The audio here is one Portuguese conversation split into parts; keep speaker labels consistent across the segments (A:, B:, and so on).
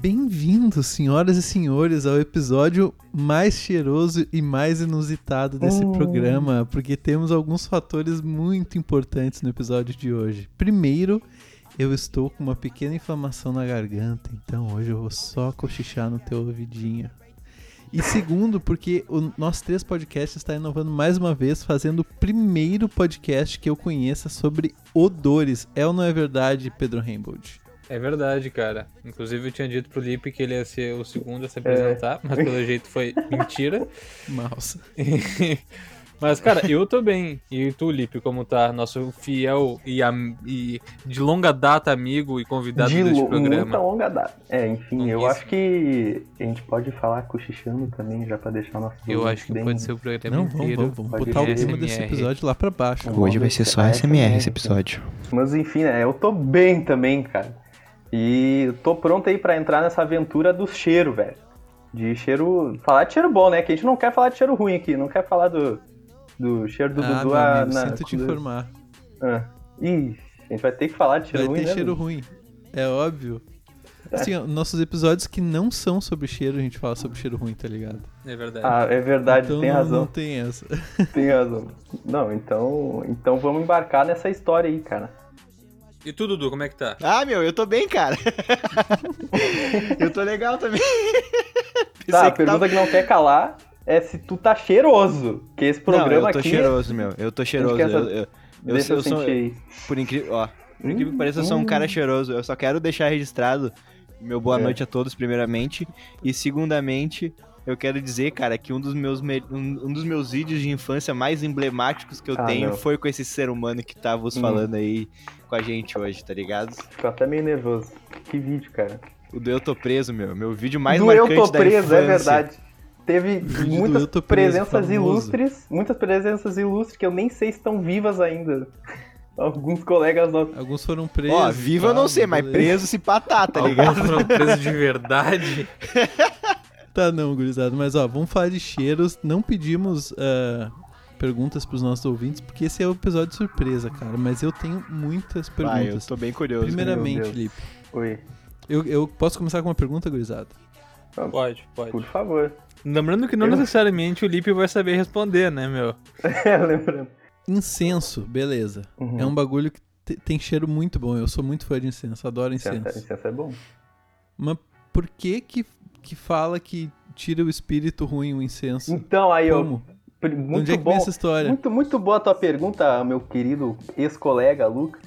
A: Bem-vindos, senhoras e senhores, ao episódio mais cheiroso e mais inusitado desse
B: Oh.
A: programa, porque temos alguns fatores muito importantes no episódio de hoje. Primeiro, eu estou com uma pequena inflamação na garganta, então hoje eu vou só cochichar no teu ouvidinho. E segundo, porque o nosso três podcast está inovando mais uma vez, fazendo o primeiro podcast que eu conheça sobre odores. É ou não é verdade, Pedro Reimbold?
C: É verdade, cara. Inclusive eu tinha dito pro Lipe que ele ia ser o segundo a se apresentar, mas pelo jeito foi mentira.
A: Mouse.
C: mas, cara, eu tô bem. E tu, Lipe, como tá? Nosso fiel e, am- e de longa data amigo e convidado
B: de
C: deste
B: lo- muita
C: programa.
B: longa data. É, enfim, eu
C: Longuíssimo.
B: acho que a gente pode falar cochichando também, já pra deixar o nosso.
C: Eu acho que pode ser o programa
A: Não, vamos,
C: um inteiro.
A: vamos, vamos
B: Pode
A: botar o
B: ir
A: clima desse
C: SMR.
A: episódio lá pra baixo.
B: Vamos.
D: Hoje vai ser só SMR esse episódio.
B: Mas enfim, né? Eu tô bem também, cara. E eu tô pronto aí pra entrar nessa aventura do cheiro, velho. De cheiro. Falar de cheiro bom, né? Que a gente não quer falar de cheiro ruim aqui, não quer falar do, do cheiro do
A: ah,
B: Dudu
A: meu
B: a-
A: amigo,
B: na-
A: sinto te
B: quando-
A: informar.
B: Ah. Ih, a gente vai ter que falar de
A: Vai
B: cheiro ruim,
A: ter
B: né?
A: cheiro ruim. É óbvio. Assim, ó, nossos episódios que não são sobre cheiro, a gente fala sobre cheiro ruim, tá ligado?
C: É verdade.
B: Ah, é verdade,
A: então
B: tem
A: não, né?
B: razão.
A: não tem essa.
B: Tem razão. Não, então, então vamos embarcar nessa história aí, cara.
C: E tu, Dudu, como é que tá?
D: Ah, meu, eu tô bem, cara. eu tô legal também.
B: tá, a
D: que
B: pergunta que não quer calar é se tu tá cheiroso. Que esse programa
D: Não, eu tô
B: aqui.
D: cheiroso, meu. Eu tô cheiroso.
B: quer
D: Eu,
B: essa-
D: eu, eu,
B: Deixa
D: eu
B: eu,
D: sou,
B: sentir Hum, aí.
D: por incrível, ó, por incrível que pareça, eu sou um cara cheiroso. Eu só quero deixar registrado meu boa
B: É.
D: noite a todos, primeiramente. E segundamente, eu quero dizer, cara, que um dos meus, me- um, um dos meus vídeos de infância mais emblemáticos que eu
B: Ah,
D: tenho
B: não.
D: foi com esse ser humano que tá vos
B: Hum.
D: falando aí com a gente hoje, tá ligado?
B: Fico até meio nervoso. Que vídeo, cara.
D: O do Eu Tô Preso, meu. Meu vídeo mais
B: do Eu
D: marcante
B: Tô
D: da
B: Preso, é
D: infância.
B: verdade. Teve
A: vídeo do Eu
B: muitas
A: Tô Preso,
B: presenças
A: famoso.
B: ilustres. Muitas presenças ilustres que eu nem sei se estão vivas ainda. Alguns colegas nossos.
A: Alguns foram presos.
D: Ó, vivo eu não
A: tal,
D: sei, mas
A: beleza.
D: preso se patar, tá ligado?
C: Alguns foram presos de verdade.
A: Tá não, gurizada. Mas ó, vamos falar de cheiros. Não pedimos ah, perguntas pros nossos ouvintes, porque esse é o episódio surpresa, cara. Mas eu tenho muitas
D: Vai, eu
A: perguntas.
D: tô bem curioso.
A: Primeiramente,
B: Deus.
A: Lipe,
B: Oi.
A: eu, eu posso começar com uma pergunta, gurizada?
C: Pode, pode.
B: Por favor.
C: Lembrando que não
B: Eu-
C: necessariamente o Lipe vai saber responder, né, meu?
B: Lembrando.
A: Incenso, beleza.
B: Uhum.
A: É um bagulho que te- tem cheiro muito bom. Eu sou muito fã de incenso, adoro
B: Licença,
A: incenso.
B: licença é bom.
A: Mas por que que, que fala que tira o espírito ruim o incenso?
B: Então, aí eu.
A: Como?
B: Pri-
A: De
B: Muito
A: onde é que
B: bom.
A: vem essa história?
B: Muito, muito boa a tua pergunta, meu querido ex-colega Lucas.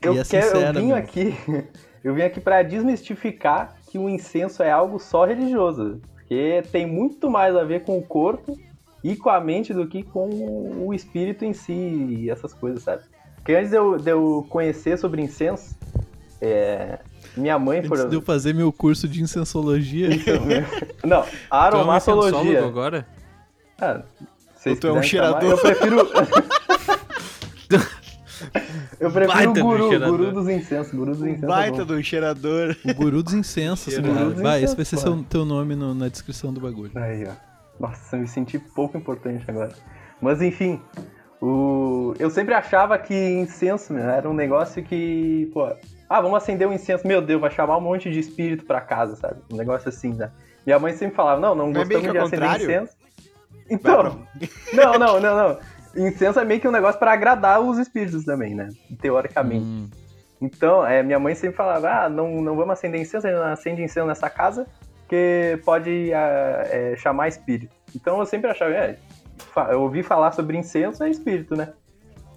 B: Eu,
A: E é
B: quero,
A: sincera,
B: eu vim
A: meu.
B: aqui, eu vim aqui para desmistificar que o incenso é algo só religioso, porque tem muito mais a ver com o corpo e com a mente do que com o espírito em si e essas coisas, sabe? Porque antes de eu, de eu conhecer sobre incenso, é, minha mãe por
A: Antes de eu fazer meu curso de incensologia,
B: não
A: é
C: Tu é um
B: aromatologia.
C: insensólogo agora?
B: Ah, vocês
D: Ou tu é um
B: quiserem chamar,
D: cheirador.
B: Eu prefiro. eu prefiro
C: Baita
B: o
C: do
B: guru,
C: cheirador.
B: guru dos incensos, guru dos incensos. é
D: Baita
B: bom.
D: do cheirador.
A: o guru dos incensos,
C: Cheiro.
A: cara.
B: Guru dos
A: Vai, esse
B: incensos,
A: vai ser
B: mano.
A: seu, teu nome no- na descrição do bagulho.
B: Aí, ó. Nossa, eu me senti pouco importante agora. Mas enfim, o... eu sempre achava que incenso meu, era um negócio que, pô, ah, vamos acender um incenso, meu Deus, vai chamar um monte de espírito pra casa, sabe? Um negócio assim, né? Minha mãe sempre falava, não, não,
D: Não é meio
B: gostamos
D: que
B: de
D: ao
B: acender
D: contrário?
B: incenso.
D: Vai, um-
B: Então, Não, não, não, não. Incenso é meio que um negócio pra agradar os espíritos também, né? Teoricamente.
A: Hum,
B: Então, é, minha mãe sempre falava, ah, não, não vamos acender incenso, a gente não acende incenso nessa casa, porque pode ah, é, chamar espírito. Então eu sempre achava, é, fa- eu ouvi falar sobre incenso é espírito, né?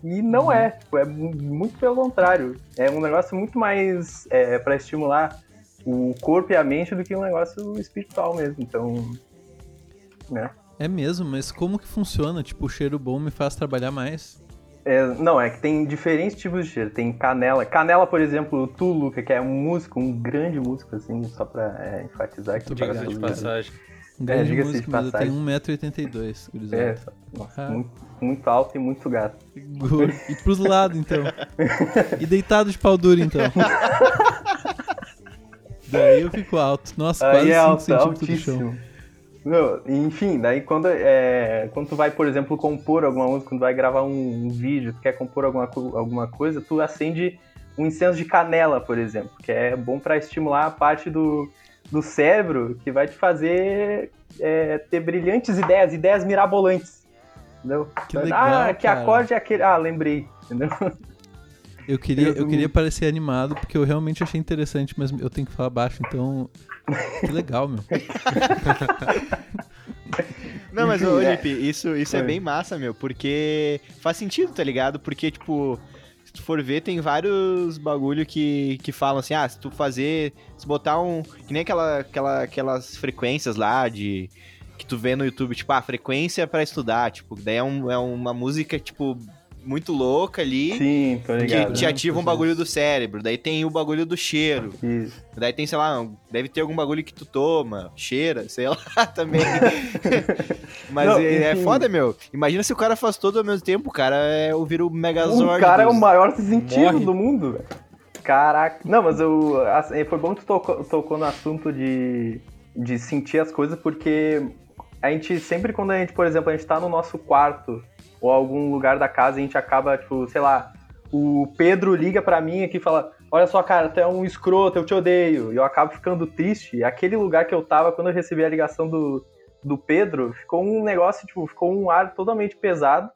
B: E não é, tipo, é mu- muito pelo contrário. É um negócio muito mais é, para estimular o corpo e a mente do que um negócio espiritual mesmo. Então, né?
A: é mesmo, mas como que funciona? Tipo, o cheiro bom me faz trabalhar mais.
B: É, não, é que tem diferentes tipos de cheiro. Tem canela. Canela, por exemplo, tu, Luca, que é um músico, um grande músico, assim, só pra é, enfatizar aqui.
A: Muito
B: pra
A: obrigado,
C: Diga-se de
B: todos.
C: passagem.
A: Um grande
B: É, diga-se de
A: músico, mas eu
B: passagem.
A: tenho 1,82m, gurizada.
B: É, só- nossa,
A: Ah.
B: muito, muito alto e muito gato.
A: Gordo. E pros lados, então. E deitado de pau duro, então. Daí eu fico alto. Nossa,
B: Aí
A: quase
B: é
A: 5
B: alto,
A: centímetros do chão.
B: altíssimo. Não, enfim, daí quando, é, quando tu vai, por exemplo, compor alguma música, quando tu vai gravar um, um vídeo, tu quer compor alguma, co- alguma coisa, tu acende um incenso de canela, por exemplo, que é bom pra estimular a parte do, do cérebro que vai te fazer é, ter brilhantes ideias, ideias mirabolantes. Entendeu?
A: Que legal,
B: ah, que
A: cara.
B: acorde é aquele. Ah, lembrei. Entendeu?
A: Eu queria, eu
B: Eu-
A: queria parecer animado, porque eu realmente achei interessante, mas eu tenho que falar baixo, então. Que legal, meu.
D: Não, mas, ô,
B: É.
D: Lipe, isso, isso é.
B: É.
D: bem massa, meu, porque faz sentido, tá ligado? Porque, tipo, se tu for ver, tem vários bagulho que, que falam assim, ah, se tu fazer, se botar um, que nem aquela, aquela, aquelas frequências lá de, que tu vê no YouTube, tipo, ah, frequência pra estudar, tipo, daí é, um- é uma música, tipo, muito louca ali,
B: Sim, tô
D: que
B: ligado. né? Tipo
D: te ativa um
A: Brancos,
D: bagulho do cérebro, daí tem o bagulho do cheiro,
B: Isso.
D: Daí tem, sei lá, um- deve ter algum bagulho que tu toma, cheira, sei lá, também. Mas
B: Não,
D: é, é
B: enfim.
D: foda, meu. Imagina se o cara faz todo ao mesmo tempo, o cara é ouvir o Megazord.
B: O cara é o
D: dos-
B: maior cientista
C: Morre.
B: do mundo, velho. Caraca. Não, mas eu, assim, foi bom que tu tocou, tocou no assunto de, de sentir as coisas, porque a gente sempre, quando a gente, por exemplo, a gente tá no nosso quarto ou algum lugar da casa, a gente acaba, tipo, sei lá, o Pedro liga pra mim aqui e fala: Olha só, cara, tu é um escroto, eu te odeio. E eu acabo ficando triste. E aquele lugar que eu tava quando eu recebi a ligação do, do Pedro, ficou um negócio, tipo, ficou um ar totalmente pesado,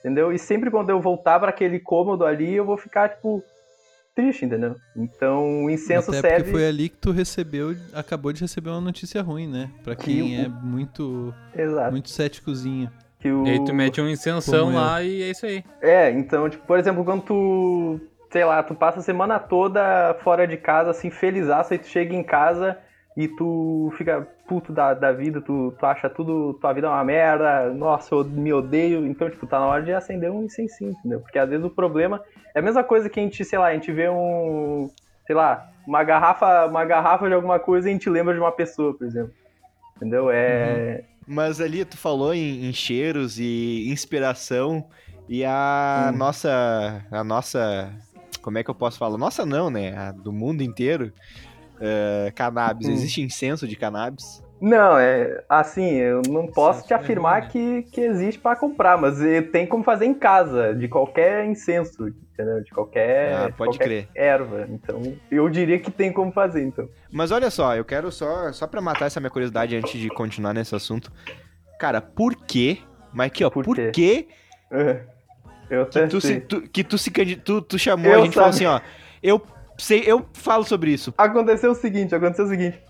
B: entendeu? E sempre quando eu voltar pra aquele cômodo ali, eu vou ficar, tipo, triste, entendeu? Então o incenso
A: Até
B: serve.
A: porque foi ali que tu recebeu, acabou de receber uma notícia ruim, né? Pra quem
B: Que o-
A: é muito,
B: Exato.
A: muito céticozinho.
B: Que o...
C: E aí tu mete uma incensão
A: Como eu.
C: lá e é isso aí.
B: É, então, tipo, por exemplo, quando tu, sei lá, tu passa a semana toda fora de casa, assim, felizaço, aí tu chega em casa e tu fica puto da, da vida, tu, tu acha tudo, tua vida é uma merda, nossa, eu me odeio. Então, tipo, tá na hora de acender um incensinho, entendeu? Porque às vezes o problema é a mesma coisa que a gente, sei lá, a gente vê um, sei lá, uma garrafa, uma garrafa de alguma coisa e a gente lembra de uma pessoa, por exemplo. Entendeu? É.
D: Mas ali tu falou em, em cheiros e inspiração. E a
B: Hum.
D: nossa. A nossa. Como é que eu posso falar? Nossa, não, né? A do mundo inteiro. é, cannabis.
B: Hum.
D: Existe incenso de cannabis?
B: Não, é assim, eu não posso
C: Incenso
B: te
C: é bom,
B: afirmar
C: né?
B: que, que existe pra comprar, mas eh, tem como fazer em casa, de qualquer incenso, entendeu? De qualquer,
D: ah,
B: de
D: pode
B: É, qualquer
D: crer.
B: erva. Então, eu diria que tem como fazer, então.
D: Mas olha só, eu quero só, só pra matar essa minha curiosidade antes de continuar nesse assunto. Cara, por quê? Mas aqui, ó, por,
B: Por
D: quê?
B: quê? Eu
D: que,
B: até
D: tu se,
B: sei.
D: tu, que tu se candi- tu, tu chamou
B: Eu
D: a gente e falou assim,
B: sabia.
D: ó. Eu sei, eu falo sobre isso.
B: Aconteceu o seguinte, aconteceu o seguinte.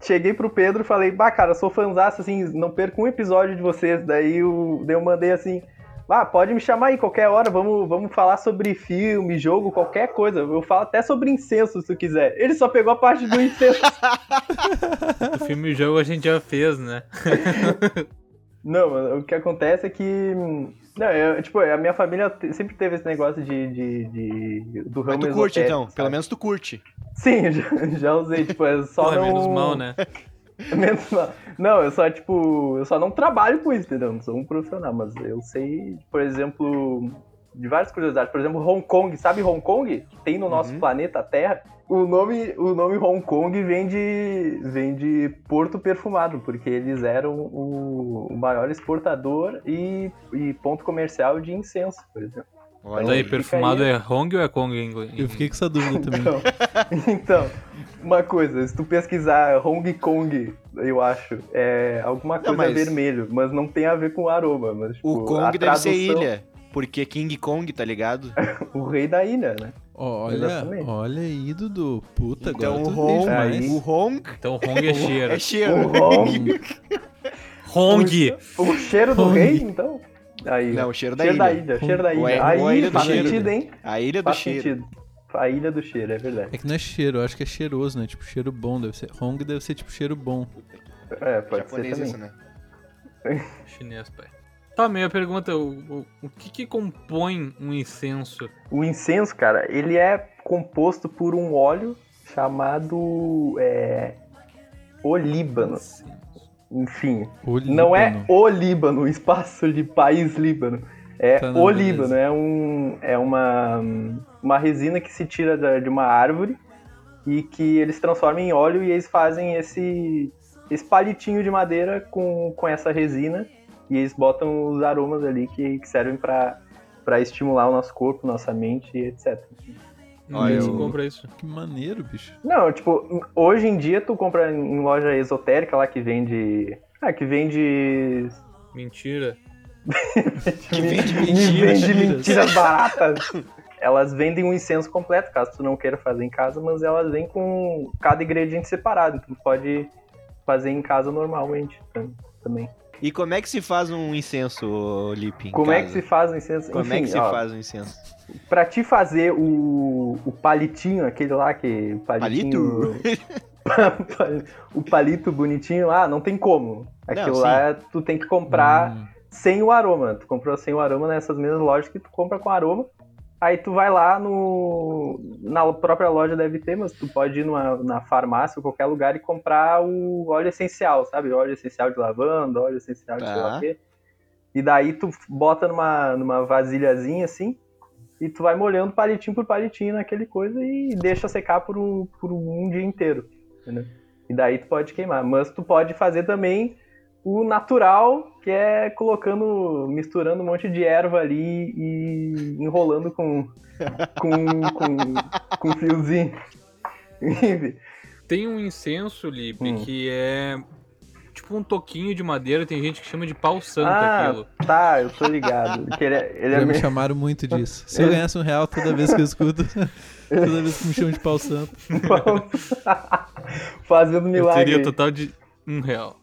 B: Cheguei pro Pedro e falei, bah, cara, eu sou fãzaço, assim, não perco um episódio de vocês. Daí eu, daí eu mandei assim, ah, pode me chamar aí qualquer hora, vamos, vamos falar sobre filme, jogo, qualquer coisa. Eu falo até sobre incenso, se tu quiser. Ele só pegou a parte do incenso.
C: O filme e o jogo a gente já fez, né?
B: Não, mano, o que acontece é que. hum, Não, eu, tipo, a minha família te- sempre teve esse negócio de. de, de- do
D: Mas
B: ramo
D: tu curte,
B: esotérico,
D: então.
B: sabe?
D: Pelo menos tu curte.
B: Sim, já, já usei, tipo, é só.
C: Pô, é
B: não...
C: menos mal, né?
B: Menos mal. Não, eu só, tipo, eu só não trabalho com isso, entendeu? Não sou um profissional, mas eu sei, por exemplo, de várias curiosidades. Por exemplo, Hong Kong, sabe Hong Kong? Que tem no nosso
D: Uhum.
B: planeta Terra. O nome, o nome Hong Kong vem de, vem de Porto Perfumado, porque eles eram o, o maior exportador e, e ponto comercial de incenso, por exemplo.
C: Mas
D: Olha
C: Tá aí,
D: aí.
C: perfumado é Hong ou é Kong em inglês?
A: Eu fiquei com essa dúvida também.
B: Então, então, uma coisa, se tu pesquisar Hong Kong, eu acho, é alguma coisa
D: mas-
B: vermelho, mas não tem a ver com aroma. Mas, tipo,
D: O
B: a
D: Kong deve ser
B: tradução-
D: ilha. Porque King Kong, tá ligado?
B: O rei da ilha, né?
A: Olha,
B: Exatamente.
A: olha aí, Dudu. Puta,
D: Então
A: agora
D: o
A: tu entende
D: Hong,
A: mais.
D: o Hong
C: Então Hong é cheiro.
D: é cheiro.
B: O Hong,
C: Hong!
B: o É cheiro do
A: Hong.
B: rei, então? Aí,
D: Não, o cheiro da
B: cheiro
D: ilha.
B: da ilha, cheiro da
D: Ou é-
B: ilha.
D: ou a ilha
B: Aí
D: do
B: faz
A: cheiro.
B: sentido, hein?
D: A ilha do
B: Faz
D: cheiro.
B: sentido. A ilha do cheiro, é verdade.
A: É que não é cheiro, eu acho que é cheiroso, né? Tipo, cheiro bom deve ser. Hong deve ser tipo cheiro bom.
B: É, pode ser
D: Japonês
B: também.
D: isso, né?
C: Chinês, pai. Tá, minha pergunta, o, o, o que que compõe um incenso?
B: O incenso, cara, ele é composto por um óleo chamado é, olíbano.
C: Incenso.
B: Enfim,
A: O
B: não é
A: Líbano.
B: o Líbano, espaço de país Líbano. É
A: Tá, não,
B: o
A: beleza.
B: Líbano, é, um, é uma, uma resina que se tira da- de uma árvore e que eles transformam em óleo e eles fazem esse, esse palitinho de madeira com, com essa resina e eles botam os aromas ali que, que servem para estimular o nosso corpo, nossa mente e etc.
D: Olha,
C: Você
D: eu-
C: compra isso.
A: Que maneiro, bicho.
B: Não, tipo, hoje em dia tu compra em loja esotérica lá que vende. Ah, que vende.
C: Mentira.
D: Que vende
B: mentiras. Vende
A: mentiras.
B: mentiras baratas. Elas vendem um incenso completo, caso tu não queira fazer em casa, mas elas vêm com cada ingrediente separado. Então tu pode fazer em casa normalmente tam- também.
D: E como é que se faz um incenso, ô, Lipe? em
B: Como é que se
D: casa?
B: faz o incenso?
D: Como é
B: Enfim,
D: que se
B: ó,
D: faz um incenso?
B: Pra te fazer o, o palitinho, aquele lá que. o Palitinho, palito? o palito bonitinho lá, não tem como. Aquilo
D: sim.
B: lá tu tem que comprar
A: Hum.
B: sem o aroma. né? Tu comprou sem o aroma nessas mesmas lojas que tu compra com aroma. Aí tu vai lá no. Na própria loja deve ter, mas tu pode ir numa, na farmácia ou qualquer lugar e comprar o óleo essencial, sabe? Óleo essencial de lavanda, óleo essencial de
D: Tá.
B: sei lá o quê. E daí tu bota numa, numa vasilhazinha assim. E tu vai molhando palitinho por palitinho naquele coisa e deixa secar por um, por um dia inteiro. entendeu? E daí tu pode queimar. Mas tu pode fazer também o natural, que é colocando, misturando um monte de erva ali e enrolando com com, com, com fiozinho.
C: Tem um incenso, Lipe,
B: Hum.
C: que é tipo um toquinho de madeira. Tem gente que chama de pau santo
B: ah,
C: aquilo.
B: tá, eu tô ligado. Que ele é, ele é
A: Já me
B: meio-
A: chamaram muito disso. Se eu ganhasse um real toda vez que eu escuto, toda vez que me chamam de pau santo.
B: fazendo
C: Eu
B: milagre.
C: teria total de um real.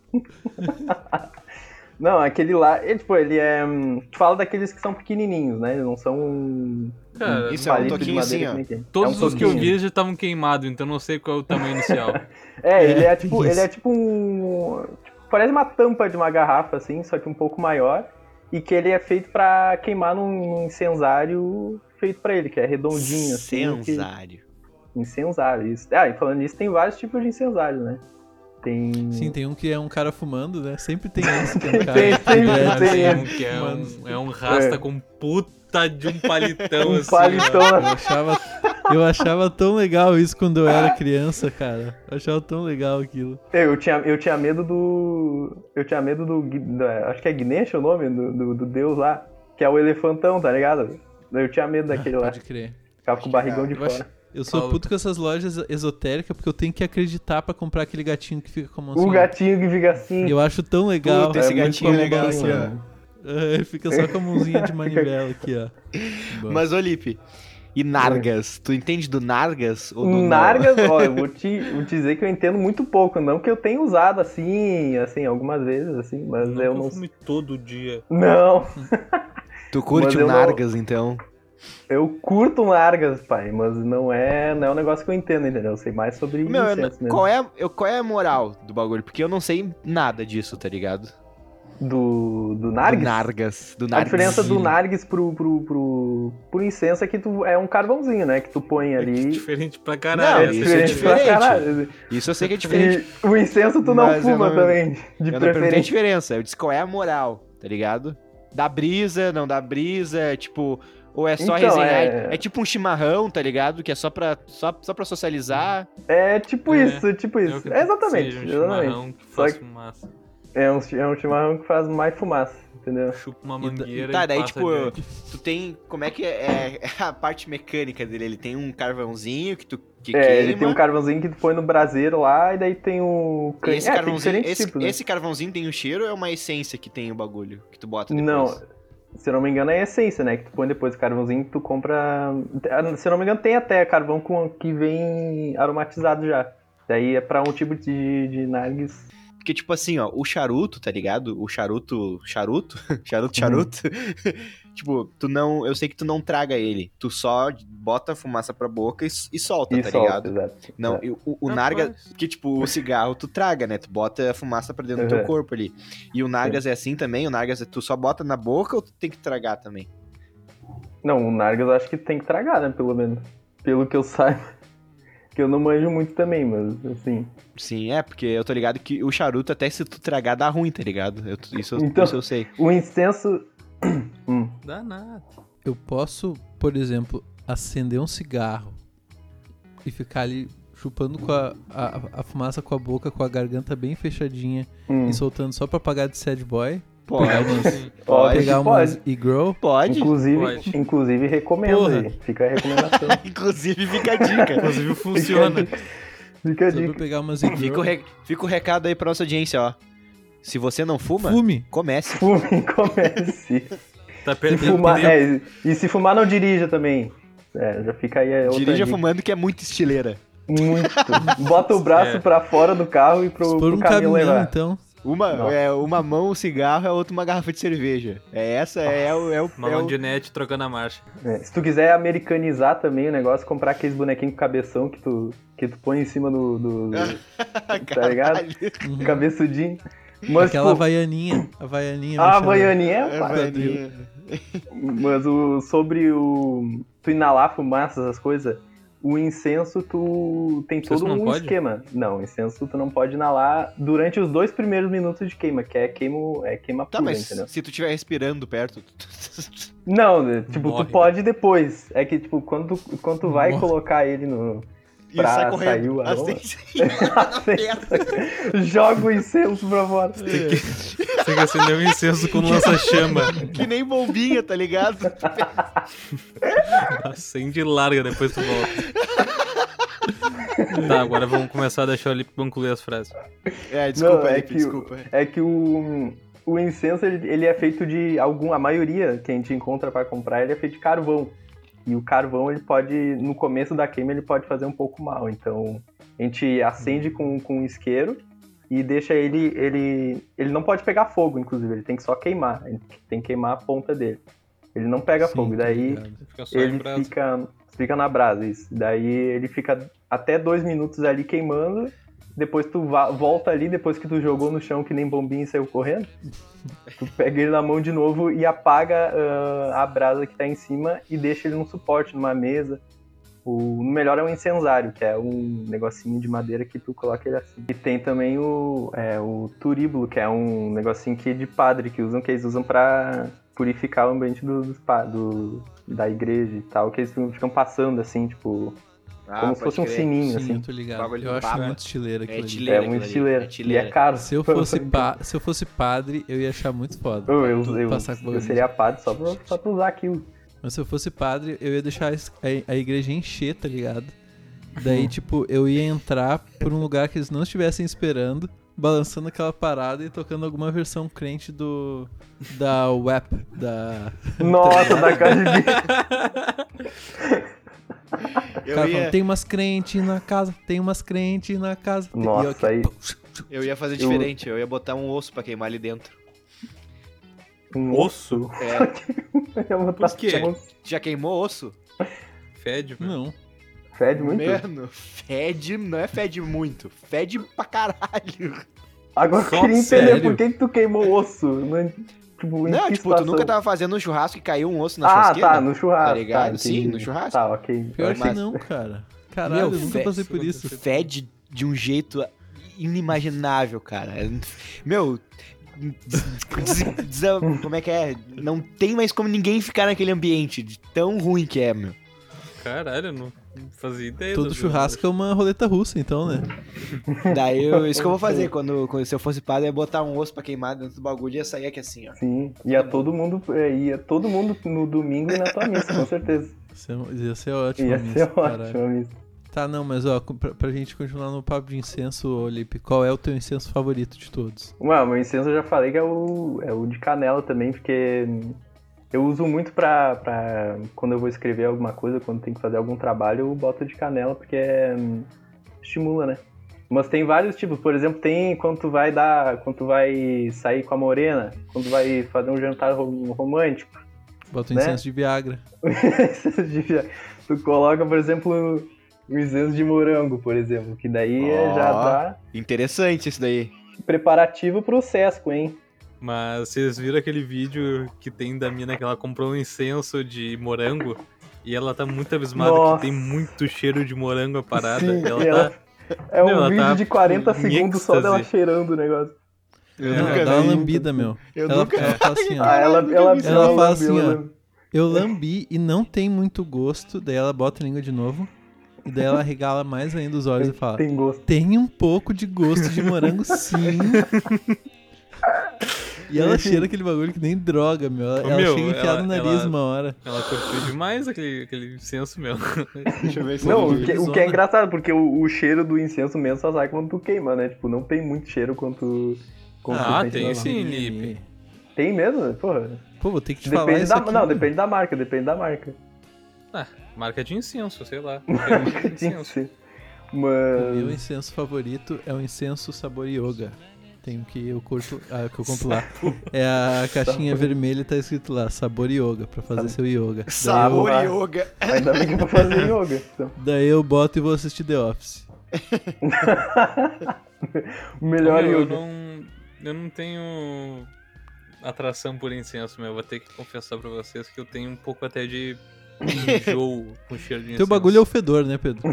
B: Não, aquele lá, ele, tipo, ele é. hum, Tu fala daqueles que são pequenininhos, né? Eles não são um.
C: Cara,
D: Isso é um
B: palito de
D: toquinho
B: madeira,
D: assim, ó.
B: como é que é?
C: todos
B: É um
C: os que eu
B: toquinho.
C: vi já estavam queimados, então não sei qual é o tamanho inicial.
B: É, ele
A: É,
B: é tipo,
A: isso.
B: ele é tipo um. tipo, parece uma tampa de uma garrafa, assim, só que um pouco maior. E que ele é feito pra queimar num incensário feito pra ele, que é redondinho, assim. que-
D: Censário.
B: Incensário, isso. Ah, e falando nisso, tem vários tipos de incensário, né? Tem.
A: Sim, tem um que é um cara fumando, né? Sempre tem esse que é um cara.
B: Tem, tem,
A: É,
B: tem,
A: assim,
C: Tem
B: é.
C: um que é um,
A: Mano.
C: é um rasta
B: É.
C: com puta de um palitão
B: Um
C: assim.
B: palitão.
C: ó.
A: Eu achava, eu achava tão legal isso quando eu era criança, cara. Eu achava tão legal aquilo.
B: Eu tinha, eu tinha medo do. Eu tinha medo do. Gui- da- acho que é Gnesh o nome do, do, do deus lá, que é o elefantão, tá ligado? Eu tinha medo daquele lá,
A: Ah, Pode crer.
B: ficava com o barrigão de
A: Eu, acho-
B: fora.
A: eu sou
C: Fala.
A: puto com essas lojas esotéricas porque eu tenho que acreditar pra comprar aquele gatinho que fica com a mão
B: O
A: assim.
B: gatinho que fica assim.
A: Eu acho tão legal.
D: Puta, esse
A: muito
D: gatinho
A: como
D: é legal,
A: balança,
D: cara.
A: né? É, ele fica só com a mãozinha de manivela aqui, ó. Bom.
D: Mas, ô Lipe, e Nargas? Tu entende do Nargas? Ou do nó?
B: Um Nargas, ó, eu vou te, vou te dizer que eu entendo muito pouco, não que eu tenha usado assim, assim, algumas vezes, assim, mas
C: Nunca
B: eu não.
C: fume todo dia.
B: Não,
D: Tu curte
B: Mas
D: o
B: eu não-
D: Nargas, então?
B: eu curto um Nargas, pai, mas não é, não é um negócio que eu entendo, entendeu? Eu sei mais sobre
D: Meu, eu-
B: incenso mesmo.
D: qual, é, eu- qual é a moral do bagulho? Porque eu não sei nada disso, tá ligado?
B: Do, do
D: Do
B: Nargas?
D: Nargas. Do
B: A
D: Nargas.
B: diferença do Nargas pro, pro, pro, pro incenso é que tu é um carvãozinho, né? Que tu põe ali.
C: É Diferente pra
D: Não,
C: caralho.
D: isso
C: essa
D: é
C: gente.
B: diferente pra
D: diferente.
B: caralho.
D: Isso eu sei que é diferente.
B: E o incenso tu não
D: Mas eu
B: fuma
D: não-
B: também,
D: Eu
B: de
D: não perguntei a
B: preferência.
D: diferença. Eu disse qual é a moral, tá ligado? Dá brisa, não dá brisa, tipo... Ou é só
B: Então,
D: resenhar. É...
B: é-
D: tipo um chimarrão, tá ligado? Que é só pra, só, só pra socializar.
B: É tipo
C: É,
B: isso, tipo
C: Eu
B: isso.
C: acredito
B: É
C: que
B: exatamente,
C: seja um
B: exatamente.
C: chimarrão que
B: Só
C: faz
B: que-
C: fumaça.
B: É um, chi- é um chimarrão que faz mais fumaça, entendeu?
C: Chupa uma
A: E da-
C: mangueira
D: Tá,
C: e
D: daí
C: passa
D: tipo,
C: adiante.
D: tu tem. Como é que é, é a parte mecânica dele? Ele tem um carvãozinho que tu que
B: É,
D: queima.
B: ele tem um carvãozinho que tu põe no braseiro lá, e daí tem o...
D: e esse,
B: é, tem
D: carvãozinho,
B: diferentes
D: esse,
B: tipos, né?
D: esse carvãozinho tem o cheiro ou é uma essência que tem o bagulho que tu bota depois?
B: Não, se eu não me engano é a essência, né? Que tu põe depois o carvãozinho que tu compra... Se eu não me engano tem até carvão com... que vem aromatizado já. Daí é pra um tipo de, de narguis.
D: Porque, tipo assim, ó, o charuto, tá ligado? O charuto. Charuto?
B: Uhum.
D: charuto, charuto. tipo, tu não. Eu sei que tu não traga ele. Tu só bota a fumaça pra boca e, e solta,
B: E
D: tá
B: solta,
D: ligado?
B: exato.
D: Não,
B: É.
D: e o, o
C: Rapaz.
D: Nargas, que tipo, o cigarro tu traga, né? Tu bota a fumaça pra dentro do teu
B: Uhum.
D: corpo ali. E o Nargas é assim também? O Nargas é- tu só bota na boca ou tu tem que tragar também?
B: Não, o narguis eu acho que tem que tragar, né? Pelo menos. Pelo que eu saiba. Que eu não manjo muito também, mas assim...
D: Sim, é, porque eu tô ligado que o charuto, até se tu tragar, dá ruim, tá ligado? Eu- isso, eu-
B: Então-
D: isso eu sei.
B: O incenso... Hum.
C: Dá nada.
A: Eu posso, por exemplo, acender um cigarro e ficar ali chupando com a, a, a fumaça com a boca, com a garganta bem fechadinha
B: Hum.
A: e soltando só pra pagar de sad boy.
D: Pode.
A: Pegar umas,
C: Assim,
B: Pode,
A: pegar umas e-grow?
D: Pode.
B: Inclusive,
C: Pode.
B: inclusive recomendo
A: Porra.
B: aí. Fica a recomendação.
D: Inclusive, fica a dica.
C: Inclusive funciona.
B: Fica a
A: Só pra
B: dica.
A: pegar umas
D: fica, o
A: e-grow?
D: re- fica o recado aí pra nossa audiência, ó. Se você não fuma,
A: Fume.
D: comece.
B: Fume, comece.
C: Tá
B: Se
C: perdendo
B: fumar,
C: tempo.
B: é, e se fumar, não dirija também. É, já fica aí. é, outra
D: Dirija
B: dica.
D: fumando que é muito estileira.
B: Muito. Bota o braço
C: É.
B: pra fora do carro e pro,
A: Se for
B: pro
A: um caminhão,
B: caminho levar.
A: então.
D: Uma,
B: Nossa.
D: é, uma mão um cigarro, a outra uma garrafa de cerveja. É essa, é, o... É o, é
C: Malão
D: o-
C: de net trocando a marcha.
B: É, se tu quiser americanizar também o negócio, comprar aqueles bonequinhos com cabeção que tu, que tu põe em cima do. do- do- tá ligado?
D: Caralho.
A: Uhum.
B: Cabeçudinho. Mas,
A: Aquela
B: tipo,
A: vaianinha. A vaianinha.
B: a
A: mexendo.
B: Havaianinha é, pá.
A: vai.
D: Vaninha.
B: Mas o, sobre o. Tu inalar fumaça, essas coisas. O incenso, tu tem
C: Incenso
B: todo
C: não
B: um
C: pode?
B: esquema. Não, incenso tu não pode inalar durante os dois primeiros minutos de queima, que é queima, é queima
D: Tá,
B: pura,
D: mas
B: entendeu?
D: se tu estiver respirando perto... tu-
B: Não, né, tipo,
C: Morre,
B: tu pode depois. É que, tipo, quando tu, quando tu vai
A: Morre.
B: colocar ele no.
D: E
B: Pra
D: sai
B: sair
D: correndo. Assim,
B: o
D: As
B: aroma. tá
D: três- na perna.
B: Joga o incenso pra fora.
C: Tem que acender um incenso com lança-chama.
D: Que nem bombinha, tá ligado?
C: Acende e Tá larga, depois tu volta. tá, agora vamos começar a deixar o Lipe concluir as frases.
D: É, desculpa,
B: Não, é
D: Lipe,
B: que o-
D: desculpa.
B: É que o, o incenso, ele ele é feito de algum... A maioria que a gente encontra pra comprar, ele é feito de carvão. E o carvão, ele pode... No começo da queima, ele pode fazer um pouco mal. Então, a gente acende com, com um isqueiro e deixa ele, ele... Ele não pode pegar fogo, inclusive. Ele tem que só queimar. Ele tem que queimar a ponta dele. Ele não pega
A: Sim,
B: fogo.
A: tá
B: Daí,
A: ligado.
C: Fica só
B: ele
C: em brasa.
B: fica, fica na brasa, isso. Daí ele fica até dois minutos ali queimando. Depois tu va- volta ali, depois que tu jogou no chão que nem bombinha e saiu correndo. Tu pega ele na mão de novo e apaga ah, a brasa que tá em cima e deixa ele num suporte, numa mesa. O melhor é um incensário, que é um negocinho de madeira que tu coloca ele assim. E tem também o, é, o turíbulo, que é um negocinho que de padre que usam, que eles usam pra purificar o ambiente dos, dos pa- do- da igreja e tal, que eles ficam passando assim, tipo,
D: Ah,
B: como se
D: pode
B: fosse um
D: crer.
B: sininho,
A: Sim, eu
B: assim.
A: tô ligado.
D: Bagulho
A: Eu
D: do
A: acho
D: Papa.
A: muito estileiro aquilo ali.
D: estileiro.
B: É
D: Leira aquilo
B: muito estileiro.
D: ali, é
B: E
D: estileiro.
B: é caro.
A: Se eu
B: Foi-
A: fosse,
B: foi-
A: pa- se eu fosse padre, eu ia achar muito foda.
B: Eu, eu,
A: Tu
B: eu,
A: passar com
B: eu
A: bagulho.
B: seria padre só pra, só pra usar aquilo.
A: Mas se eu fosse padre, eu ia deixar es- a, a igreja encher, tá ligado?
B: Uhum.
A: Daí, tipo, eu ia entrar por um lugar que eles não estivessem esperando, balançando aquela parada e tocando alguma versão crente do. da WAP, da.
B: Nossa, da casa de bicho.
A: O
B: tá?
D: Eu
A: cara
D: ia-
A: falando, tem umas crentes na casa, tem umas crentes na casa. tem-" E eu
B: Nossa,
A: aqui,
B: aí.
A: pô,
D: Eu ia fazer
B: Eu-
D: diferente, eu ia botar um osso pra queimar ali dentro.
B: Um
C: Osso?
D: É,
B: Eu vou botar
C: Por quê?
B: um-
D: já queimou osso?
C: Fede, mano.
A: Não.
B: Fede muito.
D: Mano, fede, não é fede muito, fede pra caralho.
B: Agora eu
C: Só
B: queria entender
A: sério?
B: por que, que tu queimou o osso. Não, tipo, em
D: não,
B: que
D: tipo,
B: situação?
D: tu nunca tava fazendo um churrasco e caiu um osso na
B: Ah,
D: churrasqueira?
B: tá, no churrasco.
D: Tá ligado?
B: entendi.
D: Sim, no churrasco.
B: Tá, ok.
A: Pior que
D: Mas-
A: não, cara. Caralho,
D: Meu,
A: eu nunca
D: fe-
A: passei por isso.
D: Fede de um jeito inimaginável, cara. Meu, des- des- como é que é? Não tem mais como ninguém ficar naquele ambiente de tão ruim que é, meu.
C: Caralho, eu não não fazia ideia.
A: Todo
C: do-
A: churrasco é uma roleta russa, então, né?
D: Daí, eu- isso que eu vou fazer quando, quando se eu fosse padre, é botar um osso pra queimar dentro do bagulho e ia sair aqui assim, ó.
B: Sim, ia todo mundo, é, ia todo mundo no domingo e na tua missa, com certeza.
A: Isso é- Ia ser ótimo.
B: Ia
A: nisso,
B: ser
A: caralho.
B: ótimo a missa.
A: Tá, não, mas ó, com- pra, pra gente continuar no papo de incenso, ô, Lipe, qual é o teu incenso favorito de todos?
B: Ué, meu incenso eu já falei que é o, é o de canela também, porque eu uso muito pra, pra quando eu vou escrever alguma coisa, quando tem que fazer algum trabalho, eu boto de canela, porque é, hum, estimula, né? Mas tem vários tipos, por exemplo, tem quando tu vai dar, quando tu vai sair com a morena, quando tu vai fazer um jantar rom- romântico,
A: Bota o
B: Né?
A: incenso de Viagra.
B: tu coloca, por exemplo, o isenso de morango, por exemplo, que daí é- já
D: Ó.
B: dá
D: Interessante isso daí.
B: preparativo pro Sesco, hein?
C: Mas vocês viram aquele vídeo que tem da mina que ela comprou um incenso de morango e ela tá muito abismada
B: Nossa.
C: que tem muito cheiro de morango a parada.
B: Sim,
C: e ela,
B: e ela-
C: tá.
B: É um
C: Não, ela
B: vídeo
C: tá
B: de 40
C: em
B: segundos só dela
C: êxtase.
B: cheirando o negócio.
D: Eu
A: Não,
D: nunca
A: É, dá
D: vi.
A: uma lambida, meu.
D: Eu
A: ela,
D: nunca
A: ela fala assim,
B: Ah,
A: ó.
B: ela,
D: nunca
B: ela,
D: vi isso.
A: Ela
B: lambe,
A: fala assim, ó.
B: lambe.
A: Eu lambi e não tem muito gosto, daí ela bota a língua de novo, e daí ela regala mais ainda os olhos e fala:
B: Tem gosto.
A: Tem um pouco de gosto de morango, sim. E ela cheira aquele bagulho que nem droga, meu. Ela,
C: Ô,
A: ela
C: meu,
A: chega enfiada
C: ela-
A: no nariz
C: ela-
A: uma hora.
C: Ela curtiu demais aquele, aquele incenso meu.
D: Deixa eu ver se
B: Não,
D: eu-
B: o que, o que é engraçado, porque o, o cheiro do incenso mesmo só sai quando tu queima, né? Tipo, não tem muito cheiro quanto. quanto
C: Ah,
B: tu sente
C: tem
B: normal.
C: sim, Lipe.
B: Tem mesmo? Porra.
A: Pô, vou ter que te falar
B: Depende
A: isso
B: da,
A: aqui,
B: não,
A: mano.
B: depende da marca, depende da marca.
C: Ah, Marca de incenso, sei lá. Marca de
B: Tinha que
C: incenso.
B: ser.
A: O meu
B: Mas.
A: incenso favorito é o incenso sabor yoga. Tem um que eu curto, ah, que eu compro lá. É a caixinha vermelha e tá escrito lá, sabor yoga, pra fazer seu yoga. Daí eu,
D: Sabor yoga.
B: Ainda bem que é pra fazer yoga. Então.
A: daí eu boto e vou assistir The Office.
B: Melhor
C: Meu, eu
B: yoga.
C: não, eu não tenho atração por incenso, meu. Vou ter que confessar pra vocês que eu tenho um pouco até de enjoo com cheiro de incenso.
A: Teu bagulho é o fedor, né, Pedro?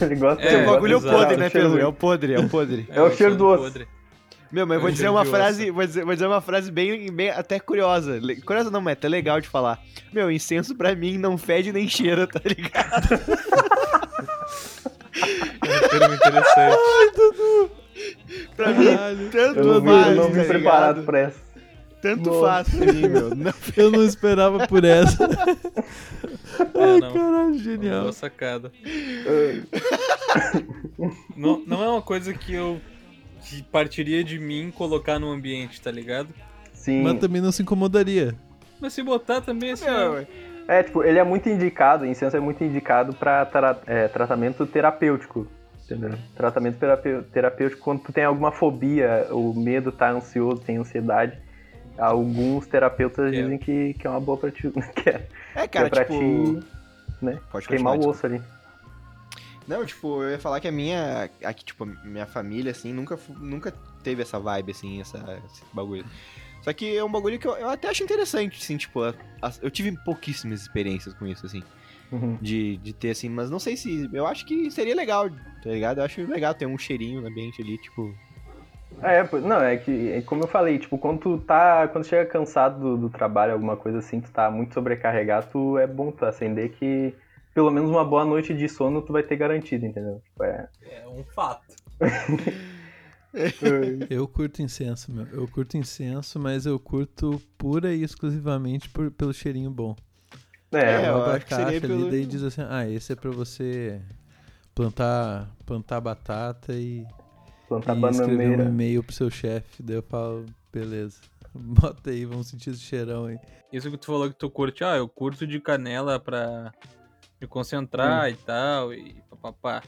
B: Ele gosta
C: É,
D: Teu bagulho é o
C: exato.
D: podre, né,
B: Cheiro
D: Pedro?
B: ruim.
D: É o podre, é o podre.
B: é o cheiro do osso.
C: podre.
D: Meu, mas eu vou
C: É um
D: dizer
C: cheiro
D: uma
C: de
D: frase, vou dizer, vou dizer uma frase bem, bem até curiosa. Le- Curiosa não, mas até legal de falar. Meu, incenso pra mim não fede nem cheira, tá ligado?
C: É um termo interessante.
D: Pra mim,
A: Caralho.
D: tanto
B: Eu não vim,
D: faz,
B: eu não vim
D: tá
B: preparado
D: ligado?
B: pra essa.
D: Tanto
B: Nossa.
D: faz pra mim, meu. Não
A: Eu não esperava por essa.
C: É,
A: Ai,
C: não.
A: caralho,
C: Uma boa
A: genial.
C: sacada. não, não é uma coisa que eu que partiria de mim colocar no ambiente, tá ligado?
B: Sim.
A: Mas também não se incomodaria.
C: Mas se botar também assim. ó,
D: Meu,
B: É, tipo, ele é muito indicado, incenso é muito indicado pra tra- é, tratamento terapêutico. Entendeu? Tratamento terapê- terapêutico quando tu tem alguma fobia, o medo tá ansioso, tem ansiedade. Alguns terapeutas
C: É.
B: dizem que, que é uma boa pra ti. Que é,
D: É,
B: que é
D: cara,
B: pra
D: tipo.
B: te né,
D: Pode
B: queimar
D: continuar,
B: o osso ali.
D: Não, tipo, eu ia falar que a minha. Aqui, tipo, minha família, assim, nunca, fu- nunca teve essa vibe, assim, essa, esse bagulho. Só que é um bagulho que eu, eu até acho interessante, assim, tipo, a- a- eu tive pouquíssimas experiências com isso, assim,
B: Uhum.
D: de, de ter, assim, mas não sei se. Eu acho que seria legal, tá ligado? Eu acho legal ter um cheirinho no ambiente ali, tipo.
B: É, pô, não, é que, é como eu falei, tipo, quando tu tá, quando chega cansado do, do trabalho, alguma coisa assim, tu tá muito sobrecarregado, tu é bom tu acender que pelo menos uma boa noite de sono tu vai ter garantido, entendeu? Tipo, é,
C: É um fato.
A: Eu curto incenso, meu. Eu curto incenso, mas eu curto pura e exclusivamente por- pelo cheirinho bom.
D: É,
B: é,
D: eu
A: Ela abre a
D: acho que seria
A: caixa ali,
D: pelo-
A: daí diz assim, ah, esse é pra você plantar, plantar batata e,
B: plantar
A: e escrever um
B: bananeira.
A: e-mail pro seu chefe. Daí eu falo, beleza, bota aí, vamos sentir esse cheirão aí.
C: Isso que tu falou que tu curte, ah, eu curto de canela pra me concentrar
B: Hum.
C: e tal, e papapá.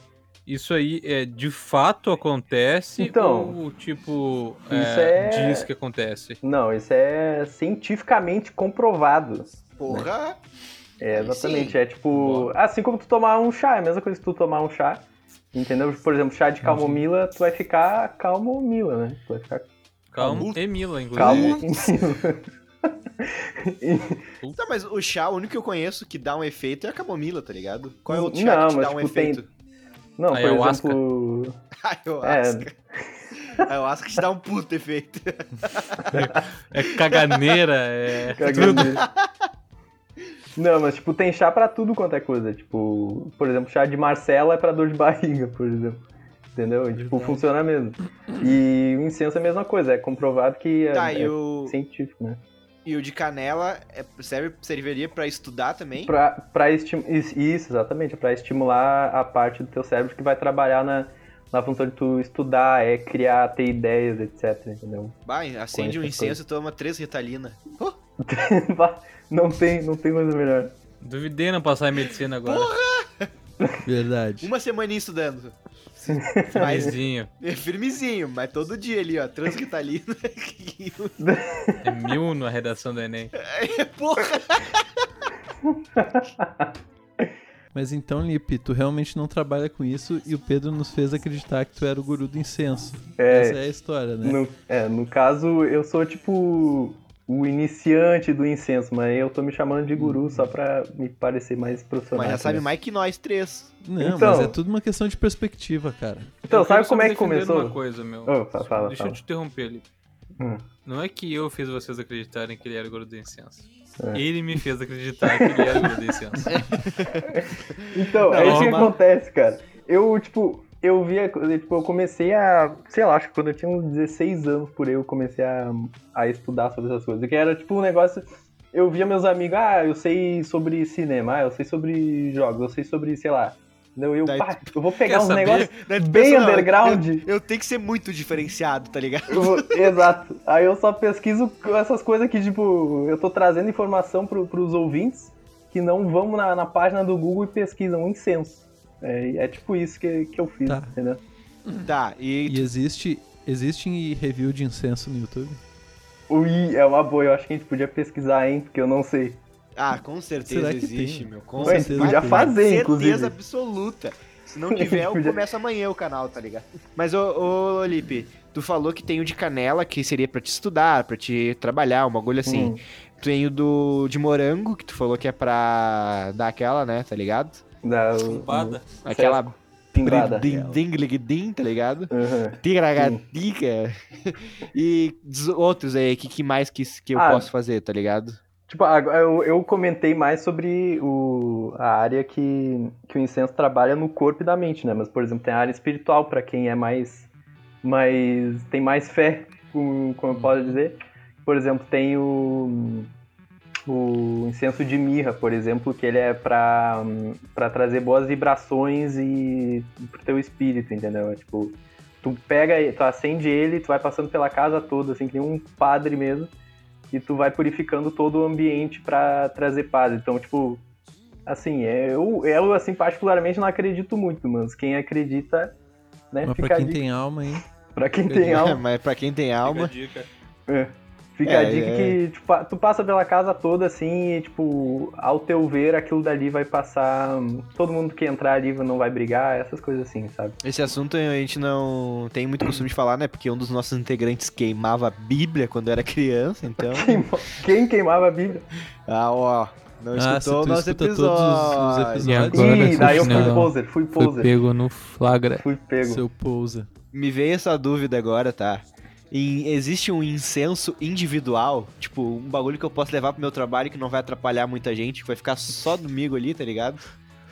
C: Isso aí é de fato acontece
B: Então,
C: ou tipo
B: isso é-
C: é, diz que acontece?
B: Não, isso é cientificamente comprovado.
D: Porra!
B: É, exatamente.
D: Sim.
B: É tipo.
C: Boa.
B: Assim como tu tomar um chá, é a mesma coisa que tu tomar um chá. Entendeu? Por exemplo, chá de calmomila, tu vai ficar calmomila, né? Tu vai ficar
C: Calmo, Emila, inclusive.
B: calmo.
D: Tá, mas o chá, o único que eu conheço que dá um efeito é a camomila, tá ligado? Qual é o chá
B: Não,
D: que te
B: mas,
D: dá um
B: tipo, tem-
D: efeito?
B: Não, por
C: Ayahuasca.
B: exemplo.
D: Ayahuasca.
B: É.
D: Ayahuasca te dá um puto efeito.
C: É caganeira, é.
B: Não, mas tipo, tem chá pra tudo quanto é coisa. Tipo, por exemplo, chá de Marcela é pra dor de barriga, por exemplo. Entendeu? E, tipo,
A: Verdade.
B: funciona mesmo. E o incenso é a mesma coisa, é comprovado que é,
D: Tá,
B: é
D: e o,
B: científico, né?
D: E o de canela é- serve, serviria pra estudar também?
B: Pra, pra esti- is- Isso, exatamente, pra estimular a parte do teu cérebro que vai trabalhar na, na função de tu estudar, é criar, ter ideias, etc. Entendeu?
D: Vai, acende
B: Conheço
D: um
B: as
D: incenso e toma três retalina. Oh,
B: não, tem, não tem coisa melhor.
C: Duvidei não passar em medicina agora.
A: Verdade.
D: uma semaninha estudando. mas
C: Maisinho.
D: é firmezinho, mas todo dia ali, ó, três retalina. E um-
C: É mil na redação do Enem.
D: Porra!
A: Mas então, Lipe, tu realmente não trabalha com isso e o Pedro nos fez acreditar que tu era o guru do incenso.
B: É.
A: Essa é a história, né?
B: No, é, no caso, eu sou tipo o iniciante do incenso, mas eu tô me chamando de guru só pra me parecer mais profissional.
D: Mas já sabe
B: né?
D: mais que nós três.
A: Não, mas
B: Então-
A: é tudo uma questão de perspectiva, cara.
B: Então,
C: Eu
B: sabe
C: quero
B: como
C: só
B: é que
C: defender
B: começou? Ah,
C: Uma coisa, meu.
B: Ô, fa- fala,
C: Deixa eu
B: fala.
C: te interromper, Lipe.
B: Hum.
C: Não é que eu fiz vocês acreditarem que ele era o guru do incenso.
B: É.
C: Ele me fez acreditar que ele era o guru do incenso.
B: Então,
D: Não,
B: é isso que
D: mas-
B: acontece, cara. Eu, tipo, eu via, tipo, eu comecei a, sei lá, acho que quando eu tinha uns 16 anos por aí, eu comecei a, a estudar sobre essas coisas, que era tipo um negócio, eu via meus amigos, ah, eu sei sobre cinema, ah, eu sei sobre jogos, eu sei sobre, sei lá, eu, eu,
D: Daí
B: pá, eu vou
C: Quer
B: pegar um uns
C: saber?
B: negócios
D: Daí tu
B: bem
D: pensa, não,
B: underground,
D: Eu tenho que ser muito diferenciado, tá ligado?
B: Eu vou- Exato. Aí eu só pesquiso essas coisas que, tipo, eu tô trazendo informação pro, pros ouvintes que não vão na, na página do Google e pesquisam incenso. É, é tipo isso que, que eu fiz,
A: Tá.
B: entendeu?
D: Tá, e.
A: E existe, existe em review de incenso no YouTube?
B: Ui, é uma boa, eu acho que a gente podia pesquisar, hein? Porque eu não sei.
D: Ah, com certeza
A: Será que
D: existe,
A: tem?
D: meu.
A: Com
D: Com
B: Ué,
A: certeza
B: podia
A: tem.
B: fazer,
D: certeza
B: inclusive.
D: absoluta. Se não tiver, eu
B: Podia.
D: começo amanhã o canal, tá ligado? Mas, ô, ô Lipe, tu falou que tem o de canela, que seria pra te estudar, pra te trabalhar, uma agulha assim.
B: Hum,
D: Tem o do de morango, que tu falou que é pra dar aquela, né, tá ligado?
B: da-
C: Esculpada.
D: Aquela
B: Pingada.
D: brindim, ding-ling-dim, tá ligado?
B: Aham.
D: Tigragadiga. E diz outros aí, que, que mais que, que eu
B: Ah.
D: posso fazer, tá ligado?
B: Tipo, agora eu, eu comentei mais sobre o, a área que, que o incenso trabalha no corpo e da mente, né? Mas, por exemplo, tem a área espiritual pra quem é mais, mais. tem mais fé, como, como eu posso dizer. Por exemplo, tem o, o incenso de mirra, por exemplo, que ele é pra, hum, pra trazer boas vibrações e pro teu espírito, entendeu? É tipo, tu pega, e- tu acende ele, tu vai passando pela casa toda, assim, que nem um padre mesmo e tu vai purificando todo o ambiente pra trazer paz. Então, tipo, assim, é- eu, eu assim, particularmente não acredito muito, mas quem acredita, né,
A: Mas
B: fica
A: pra
B: a
A: quem
B: dica.
A: tem alma, hein?
B: Pra quem tem alma,
D: Mas pra quem tem
C: Fica
D: alma.
C: a dica.
B: fica a
D: É,
B: dica
D: é.
B: que tu pa- tu passa pela casa toda, assim, e, tipo, ao teu ver, aquilo dali vai passar. hum, Todo mundo que entrar ali não vai brigar, essas coisas assim, sabe?
D: Esse assunto a gente não tem muito costume de falar, né? Porque um dos nossos integrantes queimava a Bíblia quando era criança, então.
B: Queima- Quem queimava a Bíblia?
D: Ah, ó. Não
A: Ah, se
D: escutou o
A: tu
D: nosso
A: escuta
D: episódio.
A: todos os- os episódios.
C: E agora
B: Ih, daí eu fui
C: não.
B: poser, fui
C: Foi
B: poser,
C: pego no flagra.
B: fui pego.
A: Seu pousa.
D: Me veio essa dúvida agora, tá? E existe um incenso individual, tipo, um bagulho que eu posso levar pro meu trabalho que não vai atrapalhar muita gente, que vai ficar só domingo ali, tá ligado?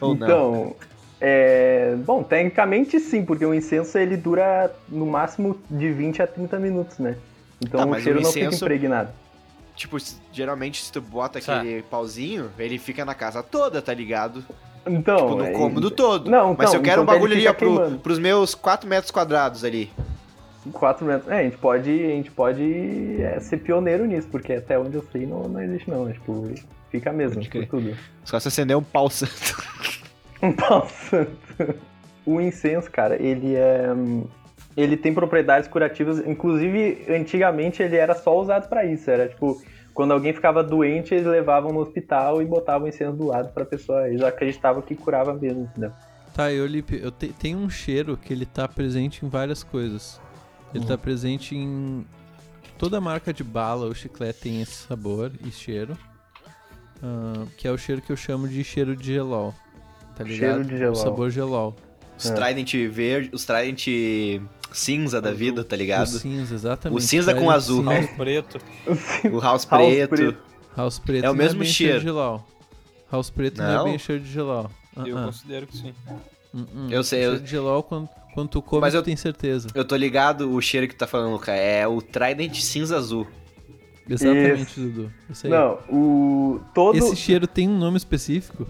D: Ou não?
B: Então, é, bom, tecnicamente sim, porque o incenso ele dura no máximo de 20 a 30 minutos, né? Então
D: Tá,
B: o
D: mas
B: cheiro
D: o
B: não fica
D: incenso-
B: impregnado.
D: Tipo, s- geralmente se tu bota
C: Tá.
D: aquele pauzinho, ele fica na casa toda, tá ligado?
B: Então,
D: tipo, no
B: é-
D: cômodo todo.
B: Não,
D: Mas se eu
B: então-
D: quero um
B: então ele
D: bagulho ali,
B: fica
D: ó, pro,
B: queimando.
D: pros meus 4 metros quadrados ali.
B: quatro metros. É, a gente pode, a gente pode é, ser pioneiro nisso, porque até onde eu sei não, não existe não. É, tipo, fica mesmo,
D: Pode
B: por
D: crer.
B: tudo.
D: Só se acender um pau santo.
B: Pau santo. O incenso, cara, ele é. hum, Ele tem propriedades curativas. Inclusive, antigamente ele era só usado pra isso. Era tipo, quando alguém ficava doente, eles levavam no hospital e botavam incenso do lado pra pessoa. Eles acreditavam que curava mesmo, entendeu?
A: Tá, eu, Lipe, eu te, tem um cheiro que ele tá presente em várias coisas.
D: Hum.
A: Ele tá presente em toda marca de bala ou chiclete tem esse sabor e cheiro. ah, que é o cheiro que eu chamo de cheiro de gelol. Tá ligado?
B: Cheiro de gelol.
A: O sabor gelol.
D: Os
B: É.
D: Trident verde, os Trident cinza da vida, tá
A: O
D: ligado?
A: cinza, exatamente.
D: O cinza com
A: Traz
D: azul. É.
A: cinza,
C: House preto.
D: O house
B: House
D: preto.
B: preto.
A: House preto
D: É o
A: não
D: mesmo
A: bem
D: cheiro.
A: de gelol. House preto não,
D: Não?
A: é bem cheiro de gelol. Ah,
C: Eu
A: ah.
C: considero que sim.
A: Hum, hum.
D: Eu sei, eu-
A: Cheiro de gelol quando, quando tu come,
D: Mas
A: tu
D: eu-
A: tem certeza.
D: Eu tô ligado o cheiro que tu tá falando, Luca. É o Trident cinza azul.
A: Exatamente, Dudu. Isso aí.
B: Não, o. Todo.
A: Esse cheiro tem um nome específico?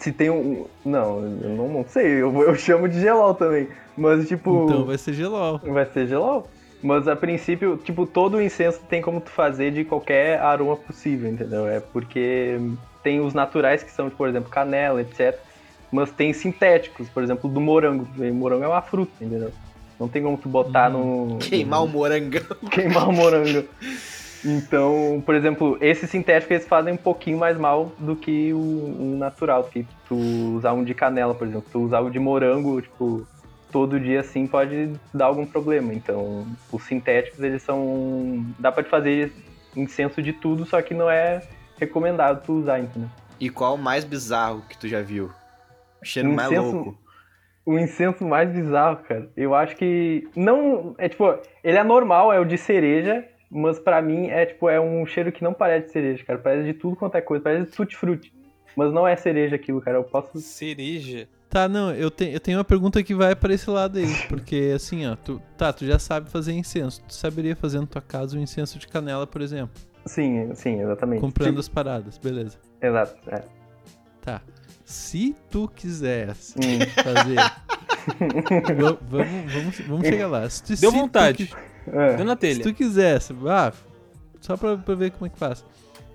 B: Se tem um. Não, eu não, não sei. Eu, eu chamo de gelol também. Mas, tipo.
A: Então vai ser gelol.
B: Vai ser gelol. Mas a princípio, tipo, todo incenso tem como tu fazer de qualquer aroma possível, entendeu? É porque tem os naturais que são, por exemplo, canela, etc. Mas tem sintéticos, por exemplo, do morango. E morango é uma fruta, entendeu? Não tem como tu botar no.
D: Queimar o morangão.
B: queimar o morango. Então, por exemplo, esse sintético eles fazem um pouquinho mais mal do que o, o natural. Porque tu usar um de canela, por exemplo, tu usar o de morango, tipo, todo dia assim pode dar algum problema. Então, os sintéticos eles são. dá pra te fazer incenso de tudo, só que não é recomendado tu usar, entendeu?
D: E qual o mais bizarro que tu já viu? O cheiro mais
B: Incenso-
D: louco.
B: O incenso mais bizarro, cara, eu acho que. Não. É tipo, ele é normal, é o de cereja, mas pra mim é tipo, é um cheiro que não parece de cereja, cara. Parece de tudo quanto é coisa, parece de tutti-frutti. Mas não é cereja aquilo, cara. Eu posso.
C: Cereja.
A: Tá, não, eu, te, eu tenho uma pergunta que vai para esse lado aí, porque assim, ó, tu, tá, tu já sabe fazer incenso. Tu saberia fazer na tua casa um incenso de canela, por exemplo,
B: Sim, sim, exatamente.
A: comprando as paradas, beleza.
B: Exato. É.
A: Tá. Se tu quisesse
B: Hum.
A: fazer. Va- vamos, vamos, vamos chegar lá. Se tu- se
C: Deu
A: tu
C: vontade.
A: qui-
B: É.
C: Deu na
A: se
C: telha.
A: tu quisesse, ah, só pra, pra ver como é que faz.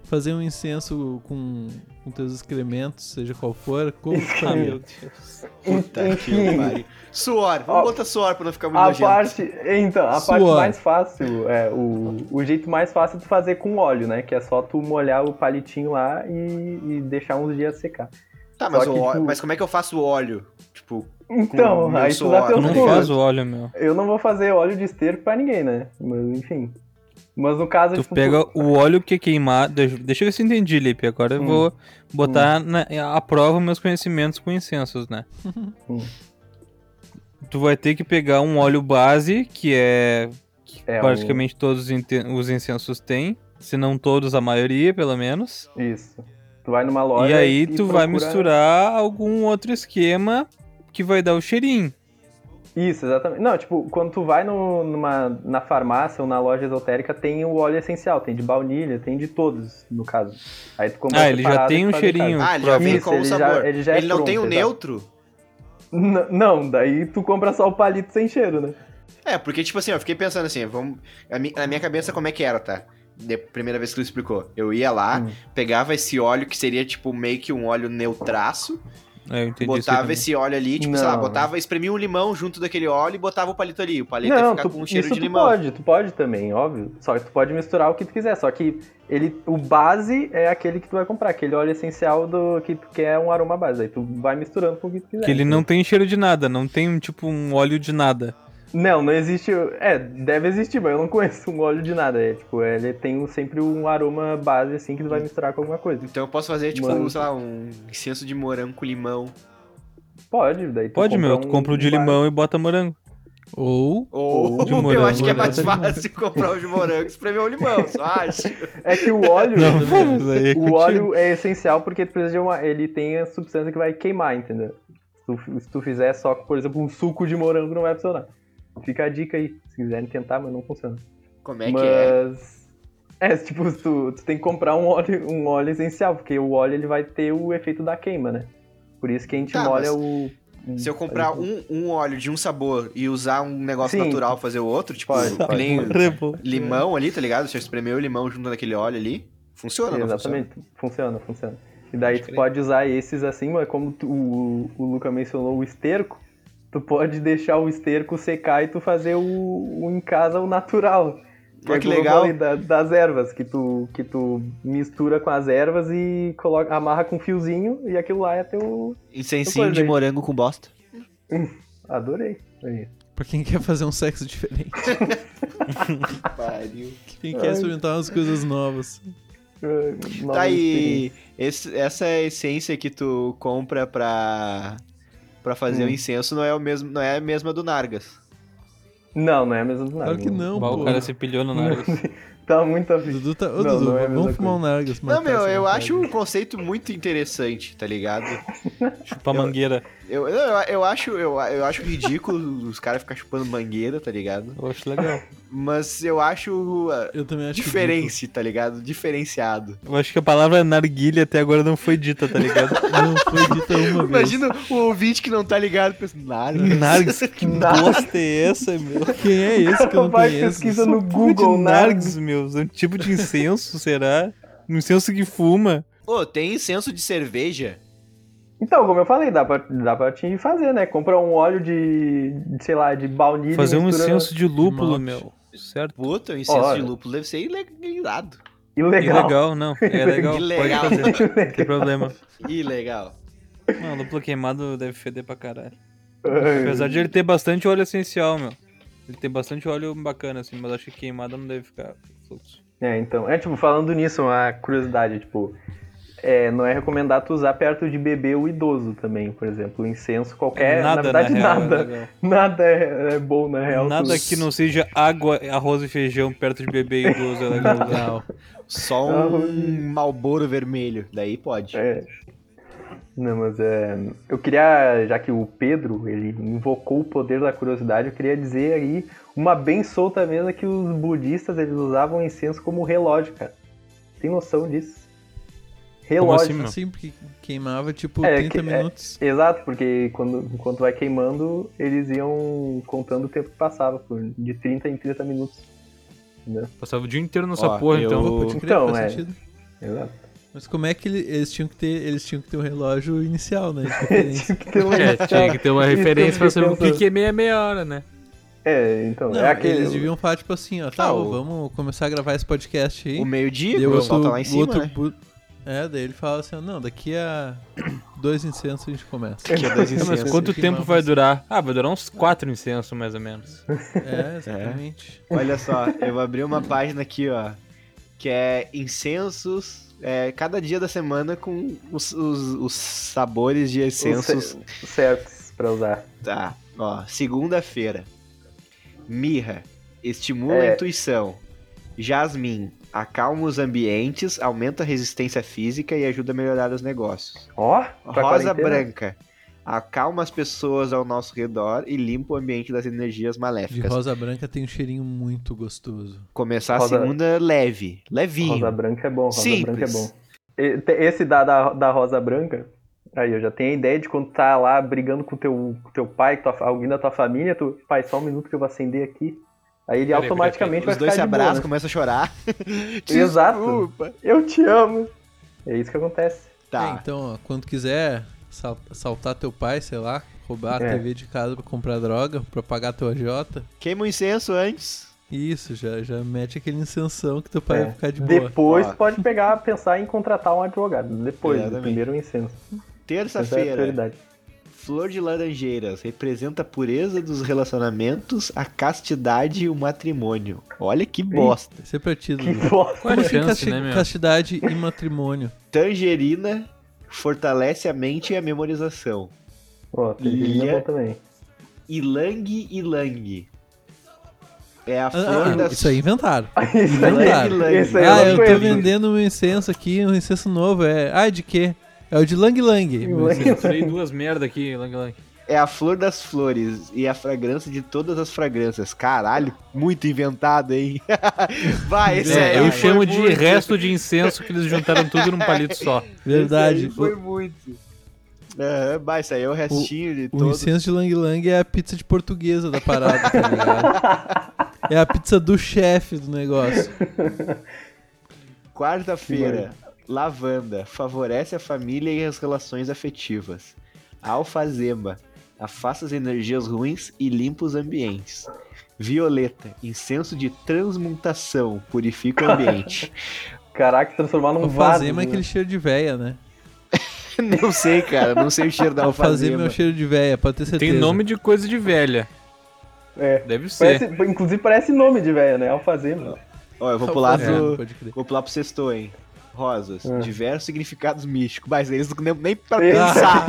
A: Fazer um incenso com, com teus excrementos, seja qual for, como tu
B: é.
C: Ah,
A: faria?
C: meu Deus.
D: Puta que
B: Enfim.
D: pariu. Suor,
B: Ó,
D: vamos botar suor pra não ficar muito
B: A
D: nojento.
B: parte, então, a parte
A: Suor.
B: mais fácil, é, o, o jeito mais fácil é tu fazer com óleo, né? Que é só tu molhar o palitinho lá e, e deixar uns dias secar.
D: Tá, mas,
B: Só
D: o
B: que,
D: óleo,
B: tipo-
D: mas como é que eu faço o óleo? Tipo,
B: Então,
D: meu
B: aí tu
D: suor, né?
B: dá
C: Tu
B: teus
C: não
D: Pô.
B: pulos.
C: faz o óleo, meu.
B: Eu não vou fazer óleo de esterco pra ninguém, né? Mas enfim. Mas no caso,
C: Tu
B: tipo,
C: pega o óleo que é queimado. deixa- Deixa eu ver se eu entendi, Lipe. Agora eu
B: Hum.
C: vou
D: Hum.
C: botar na- à prova meus conhecimentos com incensos, né?
B: Hum.
C: Tu vai ter que pegar um óleo base, que é. Que
B: É,
C: praticamente todos os inte- os incensos têm. Se não todos, a maioria, pelo menos.
B: Isso. Tu vai numa loja.
C: e aí tu
B: procura-
C: vai misturar algum outro esquema que vai dar o cheirinho.
B: Isso, exatamente. Não, tipo, quando tu vai no- numa, na farmácia ou na loja esotérica, tem o óleo essencial, tem de baunilha, tem de todos, no caso. Aí tu compra
C: Ah, ele já
B: separado
C: tem
B: e
C: um
B: faz em casa.
C: cheirinho.
D: ah, ele já vem
B: Isso,
D: com o
B: ele já-
D: sabor.
B: ele já é
D: não tem o
B: pronto, exato.
D: neutro?
B: N- não, daí tu compra só o palito sem cheiro, né?
D: É, porque, tipo assim, eu fiquei pensando assim, vamos... a mi- na minha cabeça como é que era, tá? Da primeira vez que ele explicou. Eu ia lá,
B: Hum.
D: pegava esse óleo que seria, tipo, meio que um óleo neutraço,
C: É, eu entendi isso aí
D: botava
C: também.
D: esse óleo ali, tipo, sei lá,
B: Não.
D: botava, espremia um limão junto daquele óleo e botava o palito ali. O palito ia
B: não,
D: ficar
B: tu,
D: com um cheiro
B: isso
D: de
B: tu
D: limão.
B: pode, tu pode também, óbvio. Só que tu pode misturar o que tu quiser. Só que ele, o base é aquele que tu vai comprar, aquele óleo essencial do que tu quer um aroma base. Aí tu vai misturando com o que tu quiser.
C: Que ele não tem cheiro de nada, não tem um tipo um óleo de nada.
B: Não, não existe. É, deve existir, mas eu não conheço um óleo de nada. É tipo, ele tem um- sempre um aroma base assim que tu vai misturar com alguma coisa.
D: Então eu posso fazer, tipo,
B: Mano.
D: sei lá, um incenso de morango com limão.
B: Pode, daí tu
C: Pode,
B: compra
C: meu, tu compra o de
B: um base.
C: limão e bota morango.
A: Ou
D: Ou,
B: Ou
C: de
D: eu
C: morango,
D: acho que é mais
A: né?
D: fácil comprar o de morango e espremer o limão, só acho.
B: É que o óleo.
C: mas aí é
B: O
C: contigo.
B: óleo é essencial porque tu precisa de uma. Ele tem a substância que vai queimar, entendeu? Se tu, se tu fizer só, por exemplo, um suco de morango, não vai funcionar. Fica a dica aí, se quiserem tentar, mas não funciona.
D: Como é que é?
B: mas. É, tipo, tu, tu tem que comprar um óleo, um óleo essencial, porque o óleo ele vai ter o efeito da queima, né? Por isso que a gente
D: Tá,
B: molha
D: mas
B: o.
D: Se eu comprar um, um óleo de um sabor e usar um negócio
B: Sim.
D: natural fazer o outro, tipo,
B: Pode,
D: que
B: pode.
D: nem
C: Rebol.
D: limão ali, tá ligado? Se eu espremer o limão junto naquele óleo ali, funciona, não funciona?
B: Exatamente, funciona, funciona. E daí
D: Pode
B: tu
D: crer.
B: pode usar esses assim, mas como tu- o, o Luca mencionou o esterco, tu pode deixar o esterco secar e tu fazer o, o em casa o natural. É
D: Olha que
B: como eu
D: legal.
B: falei, da- das ervas, que tu, que tu mistura com as ervas e coloca, amarra com um fiozinho e aquilo lá é teu.
D: Incensinho
B: Depois,
D: de
B: gente.
D: morango com bosta.
B: Adorei. Aí.
A: pra quem quer fazer um sexo diferente.
D: Pariu.
A: Quem quer experimentar umas coisas novas.
B: Ah, nova
D: Tá
B: experiência.
D: aí, esse- essa é essência que tu compra pra, pra fazer
B: Hum.
D: o incenso não é, o mesmo, não é a mesma do Nargas.
B: Não, não é mesmo do nada.
A: Claro que não,
C: Bah,
A: pô.
C: O cara se pilhou no nariz.
B: Tá muito afim.
A: Dudu tá. Ô,
B: Não,
A: Dudu,
B: não é a mesma
A: vamos fumar um Nargas.
D: não, meu, eu acho um conceito muito interessante, tá ligado?
C: Chupa mangueira.
D: Eu, eu, eu acho, eu, eu acho ridículo os caras ficarem chupando mangueira, tá ligado?
C: Eu acho legal.
D: Mas eu acho ah,
A: Eu também acho.
D: diferente, tá ligado? Diferenciado.
C: Eu acho que a palavra narguilha até agora não foi dita, tá ligado?
A: bonito. Não foi dita uma vez.
D: Imagina o ouvinte que não tá ligado pensando, Nargas.
C: Nargues, que
B: Nargues.
C: bosta é essa, meu?
A: Quem é esse que eu não
B: Vai
A: conheço?
B: pesquisa no
C: Tipo de
B: Google, né? Nargs.
C: Nargues, meu. É Um tipo de incenso, será? Um incenso que fuma.
D: Ô, tem incenso de cerveja?
B: Então, como eu falei, dá pra, dá pra te fazer, né? Comprar um óleo de, de, sei lá, de baunilha. e
C: Fazer um
B: mistura-
C: incenso de lúpulo,
A: Malte.
C: meu. Certo?
D: Puta, o incenso
B: Ora.
D: de lúpulo deve ser ilegalizado.
B: Ilegal.
C: Ilegal, não. É legal.
D: Ilegal.
C: Pode fazer. Não tem problema.
D: Ilegal.
C: Não, lúpulo queimado deve feder pra caralho. Apesar de ele ter bastante óleo essencial, meu. Ele tem bastante óleo bacana, assim, mas acho que queimado não deve ficar fluxo.
B: É, então. É, tipo, falando nisso, uma curiosidade, tipo. É, não é recomendado tu usar perto de bebê o idoso também, por exemplo. O incenso qualquer. na verdade,
C: real, é
B: nada.
C: legal.
B: nada é, é bom, na real.
C: Nada
B: tu-
C: que não seja água, arroz e feijão perto de bebê e idoso é legal.
A: Legal.
D: Só um malboro vermelho. Daí pode.
B: É. Não, mas é, eu queria, já que o Pedro ele invocou o poder da curiosidade, eu queria dizer aí uma bem solta mesmo que os budistas eles usavam incenso como relógio, cara. Tem noção disso? Relógio.
C: Não.
A: Assim, porque queimava tipo
B: É,
A: 30
B: que- é-
A: minutos.
B: Exato, porque quando, enquanto vai queimando, eles iam contando o tempo que passava, por, de 30 em 30 minutos.
C: Passava o dia inteiro nessa
D: Ó,
C: porra,
D: eu-
A: Pô,
C: então.
A: pode crer,
B: Então,
A: faz
B: é.
A: sentido.
B: Exato.
A: Mas como é que ele- eles tinham que ter. Eles tinham que ter um relógio inicial, né? de referência.
B: Tinha que ter uma
C: É, tinha que ter uma
B: Isso que eu
C: referência pra saber o que
B: pensando.
C: que é meia meia hora, né?
B: É, então,
A: Não,
B: é aquele.
A: Eles deviam falar, tipo assim, ó, tá,
D: Ah,
A: ô,
D: o-
A: vamos começar a gravar esse podcast aí.
D: O meio-dia,
A: Daí
D: o pessoal tá lá em
A: o
D: cima,
A: outro
D: né?
A: bu- É, daí ele fala assim, ó, não, daqui a dois incensos a gente começa.
D: Que é dois
C: Então, mas
D: incensos.
C: quanto
A: que
C: tempo
A: massa.
C: vai durar? Ah, vai durar uns quatro incensos, mais ou menos.
A: É, exatamente.
D: Olha só, eu abri uma página aqui, ó, que é incensos, é, cada dia da semana com os, os- os sabores de incensos.
B: Os certos pra usar.
D: Tá, ó, segunda-feira, mirra, estimula
B: É.
D: a intuição, jasmim, acalma os ambientes, aumenta a resistência física e ajuda a melhorar os negócios.
B: Ó, pra quarentena.
D: Rosa branca, acalma as pessoas ao nosso redor e limpa o ambiente das energias
A: De
D: maléficas.
A: rosa branca tem um cheirinho muito gostoso.
D: Começar
B: Rosa-
D: a segunda leve, levinho.
B: Rosa branca é bom, rosa
D: Simples.
B: branca é bom. E- te- Esse da, da, da rosa branca, aí eu já tenho a ideia de quando tá lá brigando com teu, com teu pai, com tua, fa- alguém da tua família, tu, pai, só um minuto que eu vou acender aqui. Aí ele
C: Peraí,
B: automaticamente
D: Os
B: vai
D: dois se
B: ficar de boa,
D: abraçam,
B: né?
D: começam a chorar.
B: Exato. Eu te amo. É isso que acontece.
A: É,
D: Tá.
A: então, ó, quando quiser sal- assaltar teu pai, sei lá, roubar a
B: É.
A: TV de casa pra comprar droga, pra pagar teu agiota,
D: Queima o incenso antes.
A: isso, já, já mete aquele incensão que teu pai
B: É.
A: vai ficar de boa.
B: Depois
D: Ó.
B: pode pegar, pensar em contratar um advogado. Depois,
D: Exatamente. né?
B: primeiro o incenso. Essa é a
D: Terça-feira.
B: prioridade.
D: Flor de laranjeiras representa a pureza dos relacionamentos, a castidade e o matrimônio. Olha que bosta.
A: Isso é pra ti,
B: Que
A: Dudu.
B: bosta.
C: Qual é a
A: Como assim
C: chance,
A: casti-
C: né, meu?
A: castidade e matrimônio?
D: Tangerina fortalece a mente e a memorização.
B: Ó, tem que
D: Lia.
B: bom também.
D: Ilang Ilang. É a flor
A: Ah,
D: da
A: isso aí inventaram.
B: Isso aí-
A: Inventaram.
B: isso aí é
A: Ah,
B: eu
A: eu tô
B: não conheço.
A: vendendo um incenso aqui, um incenso novo. É. Ah, de quê? É o de Lang Lang. meu
B: Lang
A: incenso.
C: Eu tirei duas merda aqui, Lang Lang.
D: É a flor das flores e a fragrância de todas as fragrâncias. Caralho, muito inventado, hein? Vai, esse
C: É,
D: aí
C: eu
D: foi
C: chamo de
D: muito.
C: resto de incenso que eles juntaram tudo num palito só.
A: Verdade.
D: Esse aí foi muito. É, vai, isso aí é o restinho de
A: O, o
D: todos.
A: incenso de Lang Lang é a pizza de portuguesa da parada, tá ligado? É a pizza do chefe do negócio.
D: Quarta-feira, lavanda. Favorece a família e as relações afetivas. Alfazema. Afasta as energias ruins e limpa os ambientes. Violeta, incenso de transmutação, purifica o ambiente.
B: Caraca, transformar num Um vaso.
A: Alfazema é aquele cheiro de véia, né?
D: não sei, cara, não sei o cheiro
B: um
D: da
A: Alfazema é
D: alfazema.
A: o cheiro de véia, pode ter certeza.
C: Tem nome de coisa de velha.
B: É.
C: Deve ser.
B: Parece, inclusive parece nome de velho, né? Alfazema.
D: Ó, eu vou pular
A: Alfazema,
D: pro,
A: É, pode crer.
D: Vou pular pro sexto, hein? Rosas,
B: Ah.
D: diversos significados místicos. Mas eles não nem, nem pra
B: Ah.
D: pensar.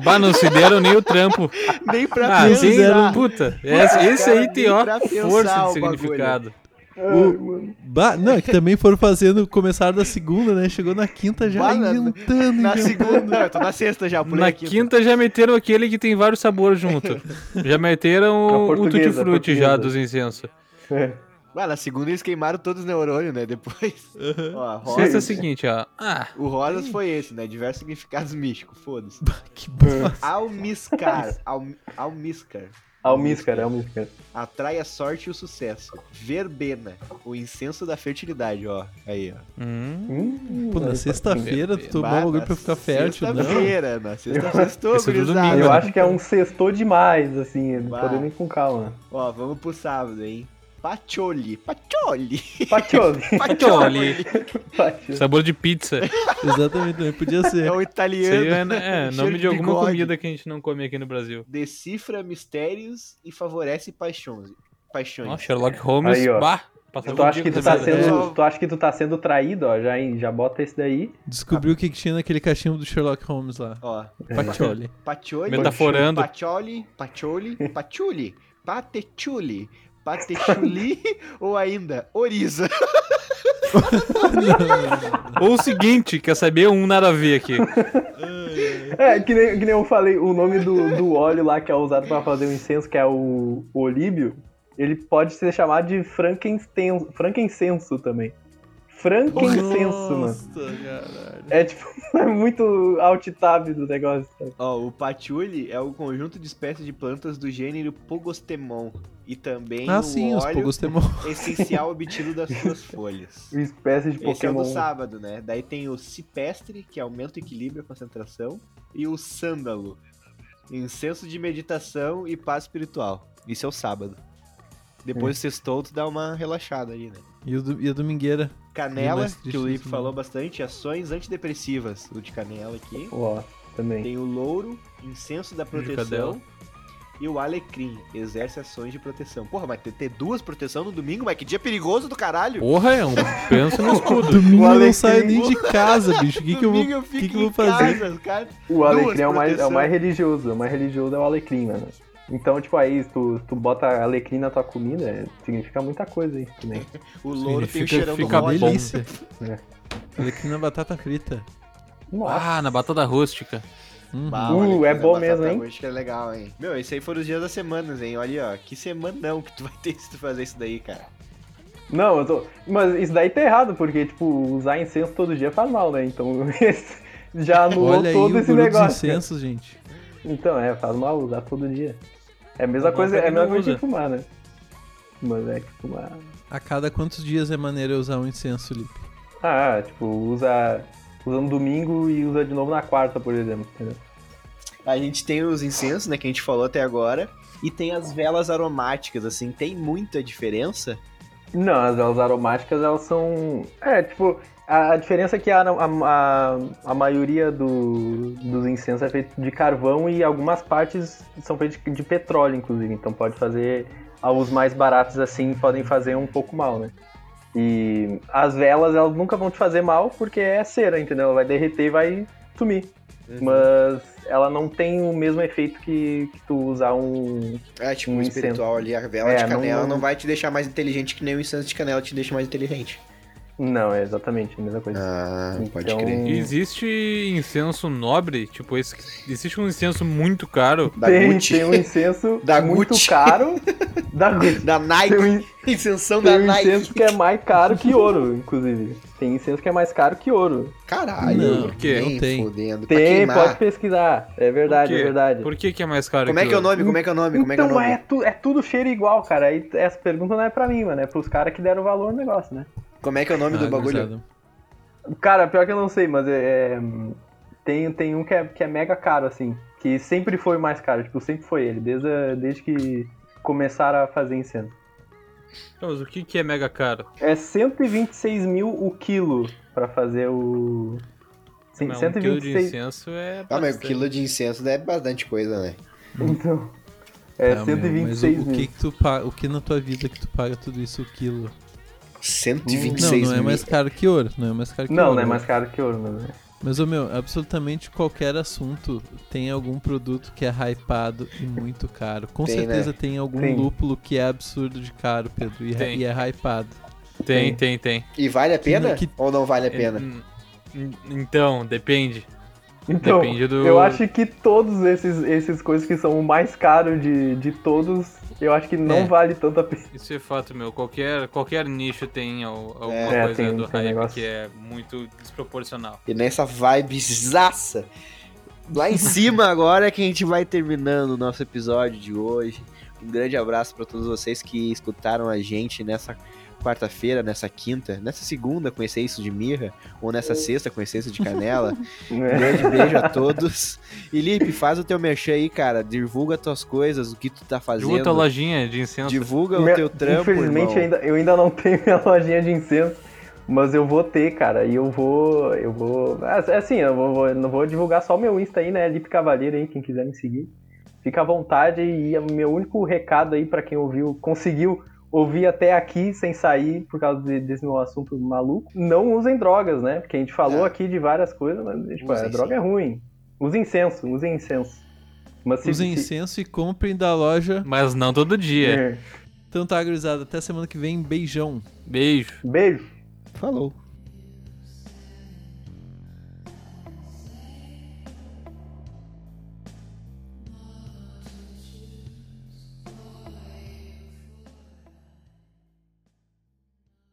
C: Bah, não se deram nem o trampo.
D: nem pra
C: Ah,
D: pensar.
C: sim, puta. Esse, esse
D: cara,
C: aí tem,
D: nem
C: ó,
D: pra pensar
C: força de
D: o
C: significado.
B: Ai, mano.
A: Bah, não, é que também foram fazendo, começaram da segunda, né? Chegou na quinta já
D: Bah, na-
A: inventando, né?
D: Na
A: inventando.
D: segunda, eu tô na sexta já, pulei
C: Na
D: aqui.
C: quinta já meteram aquele que tem vários sabores junto. Já
B: A
C: meteram o
B: portuguesa, a
C: tutti-frutti já
B: portuguesa.
C: dos incensos.
B: É.
D: Ah, na segunda eles queimaram todos os neurônios, né? Depois. Ó,
C: Sexta é o
D: rosas.
C: seguinte, ó. Ah,
D: O Rosas foi esse, né? Diversos significados místicos, foda-se.
A: Que bosta.
D: Almiscar. Alm- almiscar.
B: Almíscar, é almíscar.
D: Atrai a sorte e o sucesso. Verbena. O incenso da fertilidade, ó. Aí, ó.
C: hum,
B: Hum,
A: Pô, na
B: aí,
A: sexta-feira tu tomou
D: Bah,
A: um bagulho
D: na
A: pra ficar fértil, não?
D: Sexta-feira, na sexta-feira. Sextou,
C: Esse é do
D: gurizada.
C: domingo,
B: Eu
C: né?
B: acho que é um sextou demais, assim,
D: Vai.
B: podendo ir com calma.
D: Ó, vamos pro sábado, hein? Pacioli. Pacioli.
B: Patioli.
C: Pacioli.
B: Patioli.
C: sabor de pizza.
A: Exatamente, também podia
D: É
A: ser.
C: Isso
D: o
C: aí
D: italiano.
C: é, é
D: Cheiro
C: nome de alguma
D: bigode.
C: comida que a gente não come aqui no Brasil.
D: Decifra mistérios e favorece paixões. Paixões.
C: Ó, Sherlock Holmes,
B: Aí, ó.
C: bah. passava
B: Tu
C: um
B: acha,
C: dia
B: que tu
C: com essa
B: tá
D: Verdade.
C: merda.
B: sendo, tu acha que tu tá sendo traído, ó, já, já bota esse daí.
A: Descobriu o que que tinha naquele cachimbo do Sherlock Holmes lá.
D: Ó,
C: é
A: Pacioli.
D: Pacioli.
C: Metaforando.
D: Pacioli, Pacioli, Pacioli, Patechuli, Patechuli ou ainda Oriza. Hum.
C: Ou o seguinte, quer saber um nada a ver aqui.
B: É, que nem, que nem eu falei, o nome do, do óleo lá que é usado pra fazer o incenso, que é o, o olíbio, ele pode ser chamado de frankincenso, frankincenso também. Frankincenso, mano.
A: Nossa, caralho.
B: É tipo, é muito alt tab do negócio. sabe?
D: Ó, o patchouli é o conjunto de espécies de plantas do gênero Pogostemon e também
A: Ah,
D: o
A: sim, os
D: óleo
A: pogos temor.
D: essencial obtido das suas folhas.
B: Uma espécie de
D: Esse é o
B: Pokémon.
D: do sábado, né? Daí tem o cipestre, que aumenta o equilíbrio e a concentração, e o sândalo, incenso de meditação e paz espiritual. Isso é o sábado.
A: É.
D: Depois do sextou, tu dá uma relaxada ali, né?
A: E, o do- e a domingueira.
D: Canela,
A: mais
D: que
A: triste
D: o Lipe
A: isso, né?
D: falou bastante, ações antidepressivas, o de canela aqui.
B: Ó, também.
D: Tem o louro, incenso da
C: Jucadela.
D: proteção. E o alecrim, exerce ações de proteção. Porra, mas ter, ter duas proteção no domingo, mas que dia perigoso do caralho!
C: Porra, é um. Pensa no escudo.
A: Domingo
B: O
A: eu não
B: Alecrim.
A: saio nem de casa, bicho. O que, que eu vou.
D: Domingo eu
A: que
D: fico
A: que eu vou
D: em
A: fazer?
D: casa, os caras-
B: O alecrim é o, mais, é
D: proteção.
B: o mais religioso, é o mais religioso é o alecrim, mano. Então, tipo, aí, tu, tu bota alecrim na tua comida, é- significa muita coisa aí também.
D: O louro tem o
C: Significa
D: cheirão
C: que
D: do
C: fica
D: Roger.
C: bom.
A: Delícia.
B: É.
A: Alecrim na batata frita.
B: Nossa.
C: Ah, na batata rústica.
A: Uhum.
D: Bah,
B: Uh,
D: olha,
B: é
D: coisa
B: bom
D: batata
B: mesmo, hein?
D: rústica é legal, hein? Meu, esse aí foram os dias das semanas, hein? Olha, aí, ó, que semanão que tu vai ter se tu fazer isso daí, cara.
B: Não, eu tô. Mas isso daí tá errado, porque, tipo, usar incenso todo dia faz mal, né? Então, esse- já anulou
A: Olha aí
B: todo
A: o
B: esse
A: guru dos
B: negócio. cara.
A: incensos, gente.
B: Então, é, faz mal usar todo dia. É a mesma
C: Faz mal
B: coisa,
C: pra
B: é a
C: quem não
B: mesma coisa
C: usa.
B: que fumar, né? Mas é que fumar.
A: A cada quantos dias é maneiro eu usar um incenso, Lipe?
B: Ah, tipo, usa. Usa no domingo e usa de novo na quarta, por exemplo, entendeu?
D: A gente tem os incensos, né, que a gente falou até agora. E tem as velas aromáticas, assim, tem muita diferença.
B: Não, as velas aromáticas, elas são. É, tipo, a, a diferença é que a, a, a, a maioria do- dos incensos é feito de carvão e algumas partes são feitas de, de petróleo, inclusive. Então pode fazer. Os mais baratos, assim, podem fazer um pouco mal, né? E as velas, elas nunca vão te fazer mal porque é cera, entendeu? Ela vai derreter e vai sumir.
D: Uhum.
B: Mas ela não tem o mesmo efeito que, que tu usar um.
D: É, tipo,
B: um
D: o
B: incenso.
D: espiritual ali, a vela
B: É,
D: de
B: não-
D: canela não...
B: não-
D: vai te deixar mais inteligente que nem o incenso de canela te deixa mais inteligente.
B: Não, é exatamente a mesma coisa.
D: Ah,
B: Então-
C: Existe incenso nobre? Tipo, esse, existe um incenso muito caro.
D: Da
B: tem,
D: Gucci.
B: tem um incenso
D: Da
B: muito
D: Gucci.
B: caro da Gucci.
D: Da Nike,
B: Tem um, in-
D: incensão da
B: tem um
D: Nike.
B: incenso que é mais caro que ouro, inclusive. Tem incenso que é mais caro que ouro.
D: Caralho,
A: Não,
D: por
C: quê?
A: não tem.
D: fodendo. pra
B: Tem,
D: queimar.
B: pode pesquisar. É verdade,
C: Por
B: é
C: quê?
B: verdade.
C: Por que, que é mais caro
D: Como é que é o
C: ouro?
D: nome? Como é que é o nome? Como é que é o
B: Então
D: nome?
B: é, tu- é tudo cheiro igual, cara. Aí essa pergunta não é pra mim, mano. É pros caras que deram valor no negócio, né?
D: Como é que é o nome do
A: Ah,
D: bagulho?
A: gurizada.
B: Cara, pior que eu não sei, mas é. é, tem, tem um que é, que é mega caro, assim. Que sempre foi o mais caro. Tipo, sempre foi ele. Desde, a- desde que começaram a fazer incenso.
C: Então, mas o que, que é mega caro?
B: É 126 mil o quilo pra fazer o. Sim,
C: Não, um quilo de
B: 126.
C: incenso é.
D: Ah, mas o
C: bastante.
D: quilo de incenso é bastante coisa,
A: Hum,
D: né?
B: Então.
C: Tá,
B: É
A: Ah, meu, mas
B: 126
A: o, o
B: mil.
A: que que tu paga, o que na tua vida que tu paga tudo isso o quilo?
D: 126
A: Não, não é
D: mil.
A: mais caro que ouro, não é mais caro que
B: Não,
A: ouro.
B: não é mais caro que ouro, mas. é.
A: Mas, ô meu, absolutamente qualquer assunto tem algum produto que é hypado e muito caro. Com
D: Tem,
A: certeza tem algum
B: né? Tem.
A: lúpulo que é absurdo de caro, Pedro, e,
C: Tem.
A: e é hypado.
C: Tem, tem, tem.
D: E vale a pena?
A: Que- É.
D: Ou não vale a pena?
C: En- en- Então, depende.
B: Então,
C: Depende do-
B: eu acho que todos esses, esses coisas que são o mais caro de, de todos, eu acho que não
A: É.
B: vale tanto a pena.
C: Isso é fato, meu. Qualquer, qualquer nicho tem al- alguma
D: É,
C: coisa
B: tem-
C: do
B: tem
C: hype
B: negócio.
C: que é muito desproporcional.
D: E nessa vibe zaça. Lá em cima agora é que a gente vai terminando o nosso episódio de hoje. Um grande abraço pra todos vocês que escutaram a gente nessa quarta-feira, nessa quinta, nessa segunda com essência de mirra, ou
B: Uhum.
D: nessa sexta com essência de canela. Um
B: né?
D: grande beijo a todos. E Lipe, faz o teu merchan aí, cara. Divulga tuas coisas, o que tu tá
C: Divulga tua
D: fazendo.
C: lojinha de incenso.
D: Divulga o
B: Minha-
D: teu trampo,
B: Infelizmente,
D: irmão.
B: ainda, eu ainda não tenho minha lojinha de incenso, mas eu vou ter, cara. E eu vou. Eu vou. ah, Assim, eu vou, vou- não vou divulgar só o meu Insta aí, né? Lipe Cavaleiro aí, quem quiser me seguir. Fica à vontade. E é o meu único recado aí pra quem ouviu, conseguiu ouvir até aqui sem sair por causa de- desse meu assunto maluco. Não usem drogas, né? Porque a gente falou
D: É.
B: aqui de várias coisas, mas tipo,
D: Usem
B: a droga é ruim. Usem incenso, usem incenso. Mas se-
A: Usem
B: se-
A: incenso e comprem da loja.
C: Mas não todo dia.
B: É.
A: Então tá, gurizada, até semana que vem. Beijão.
C: Beijo.
B: Beijo.
D: Falou.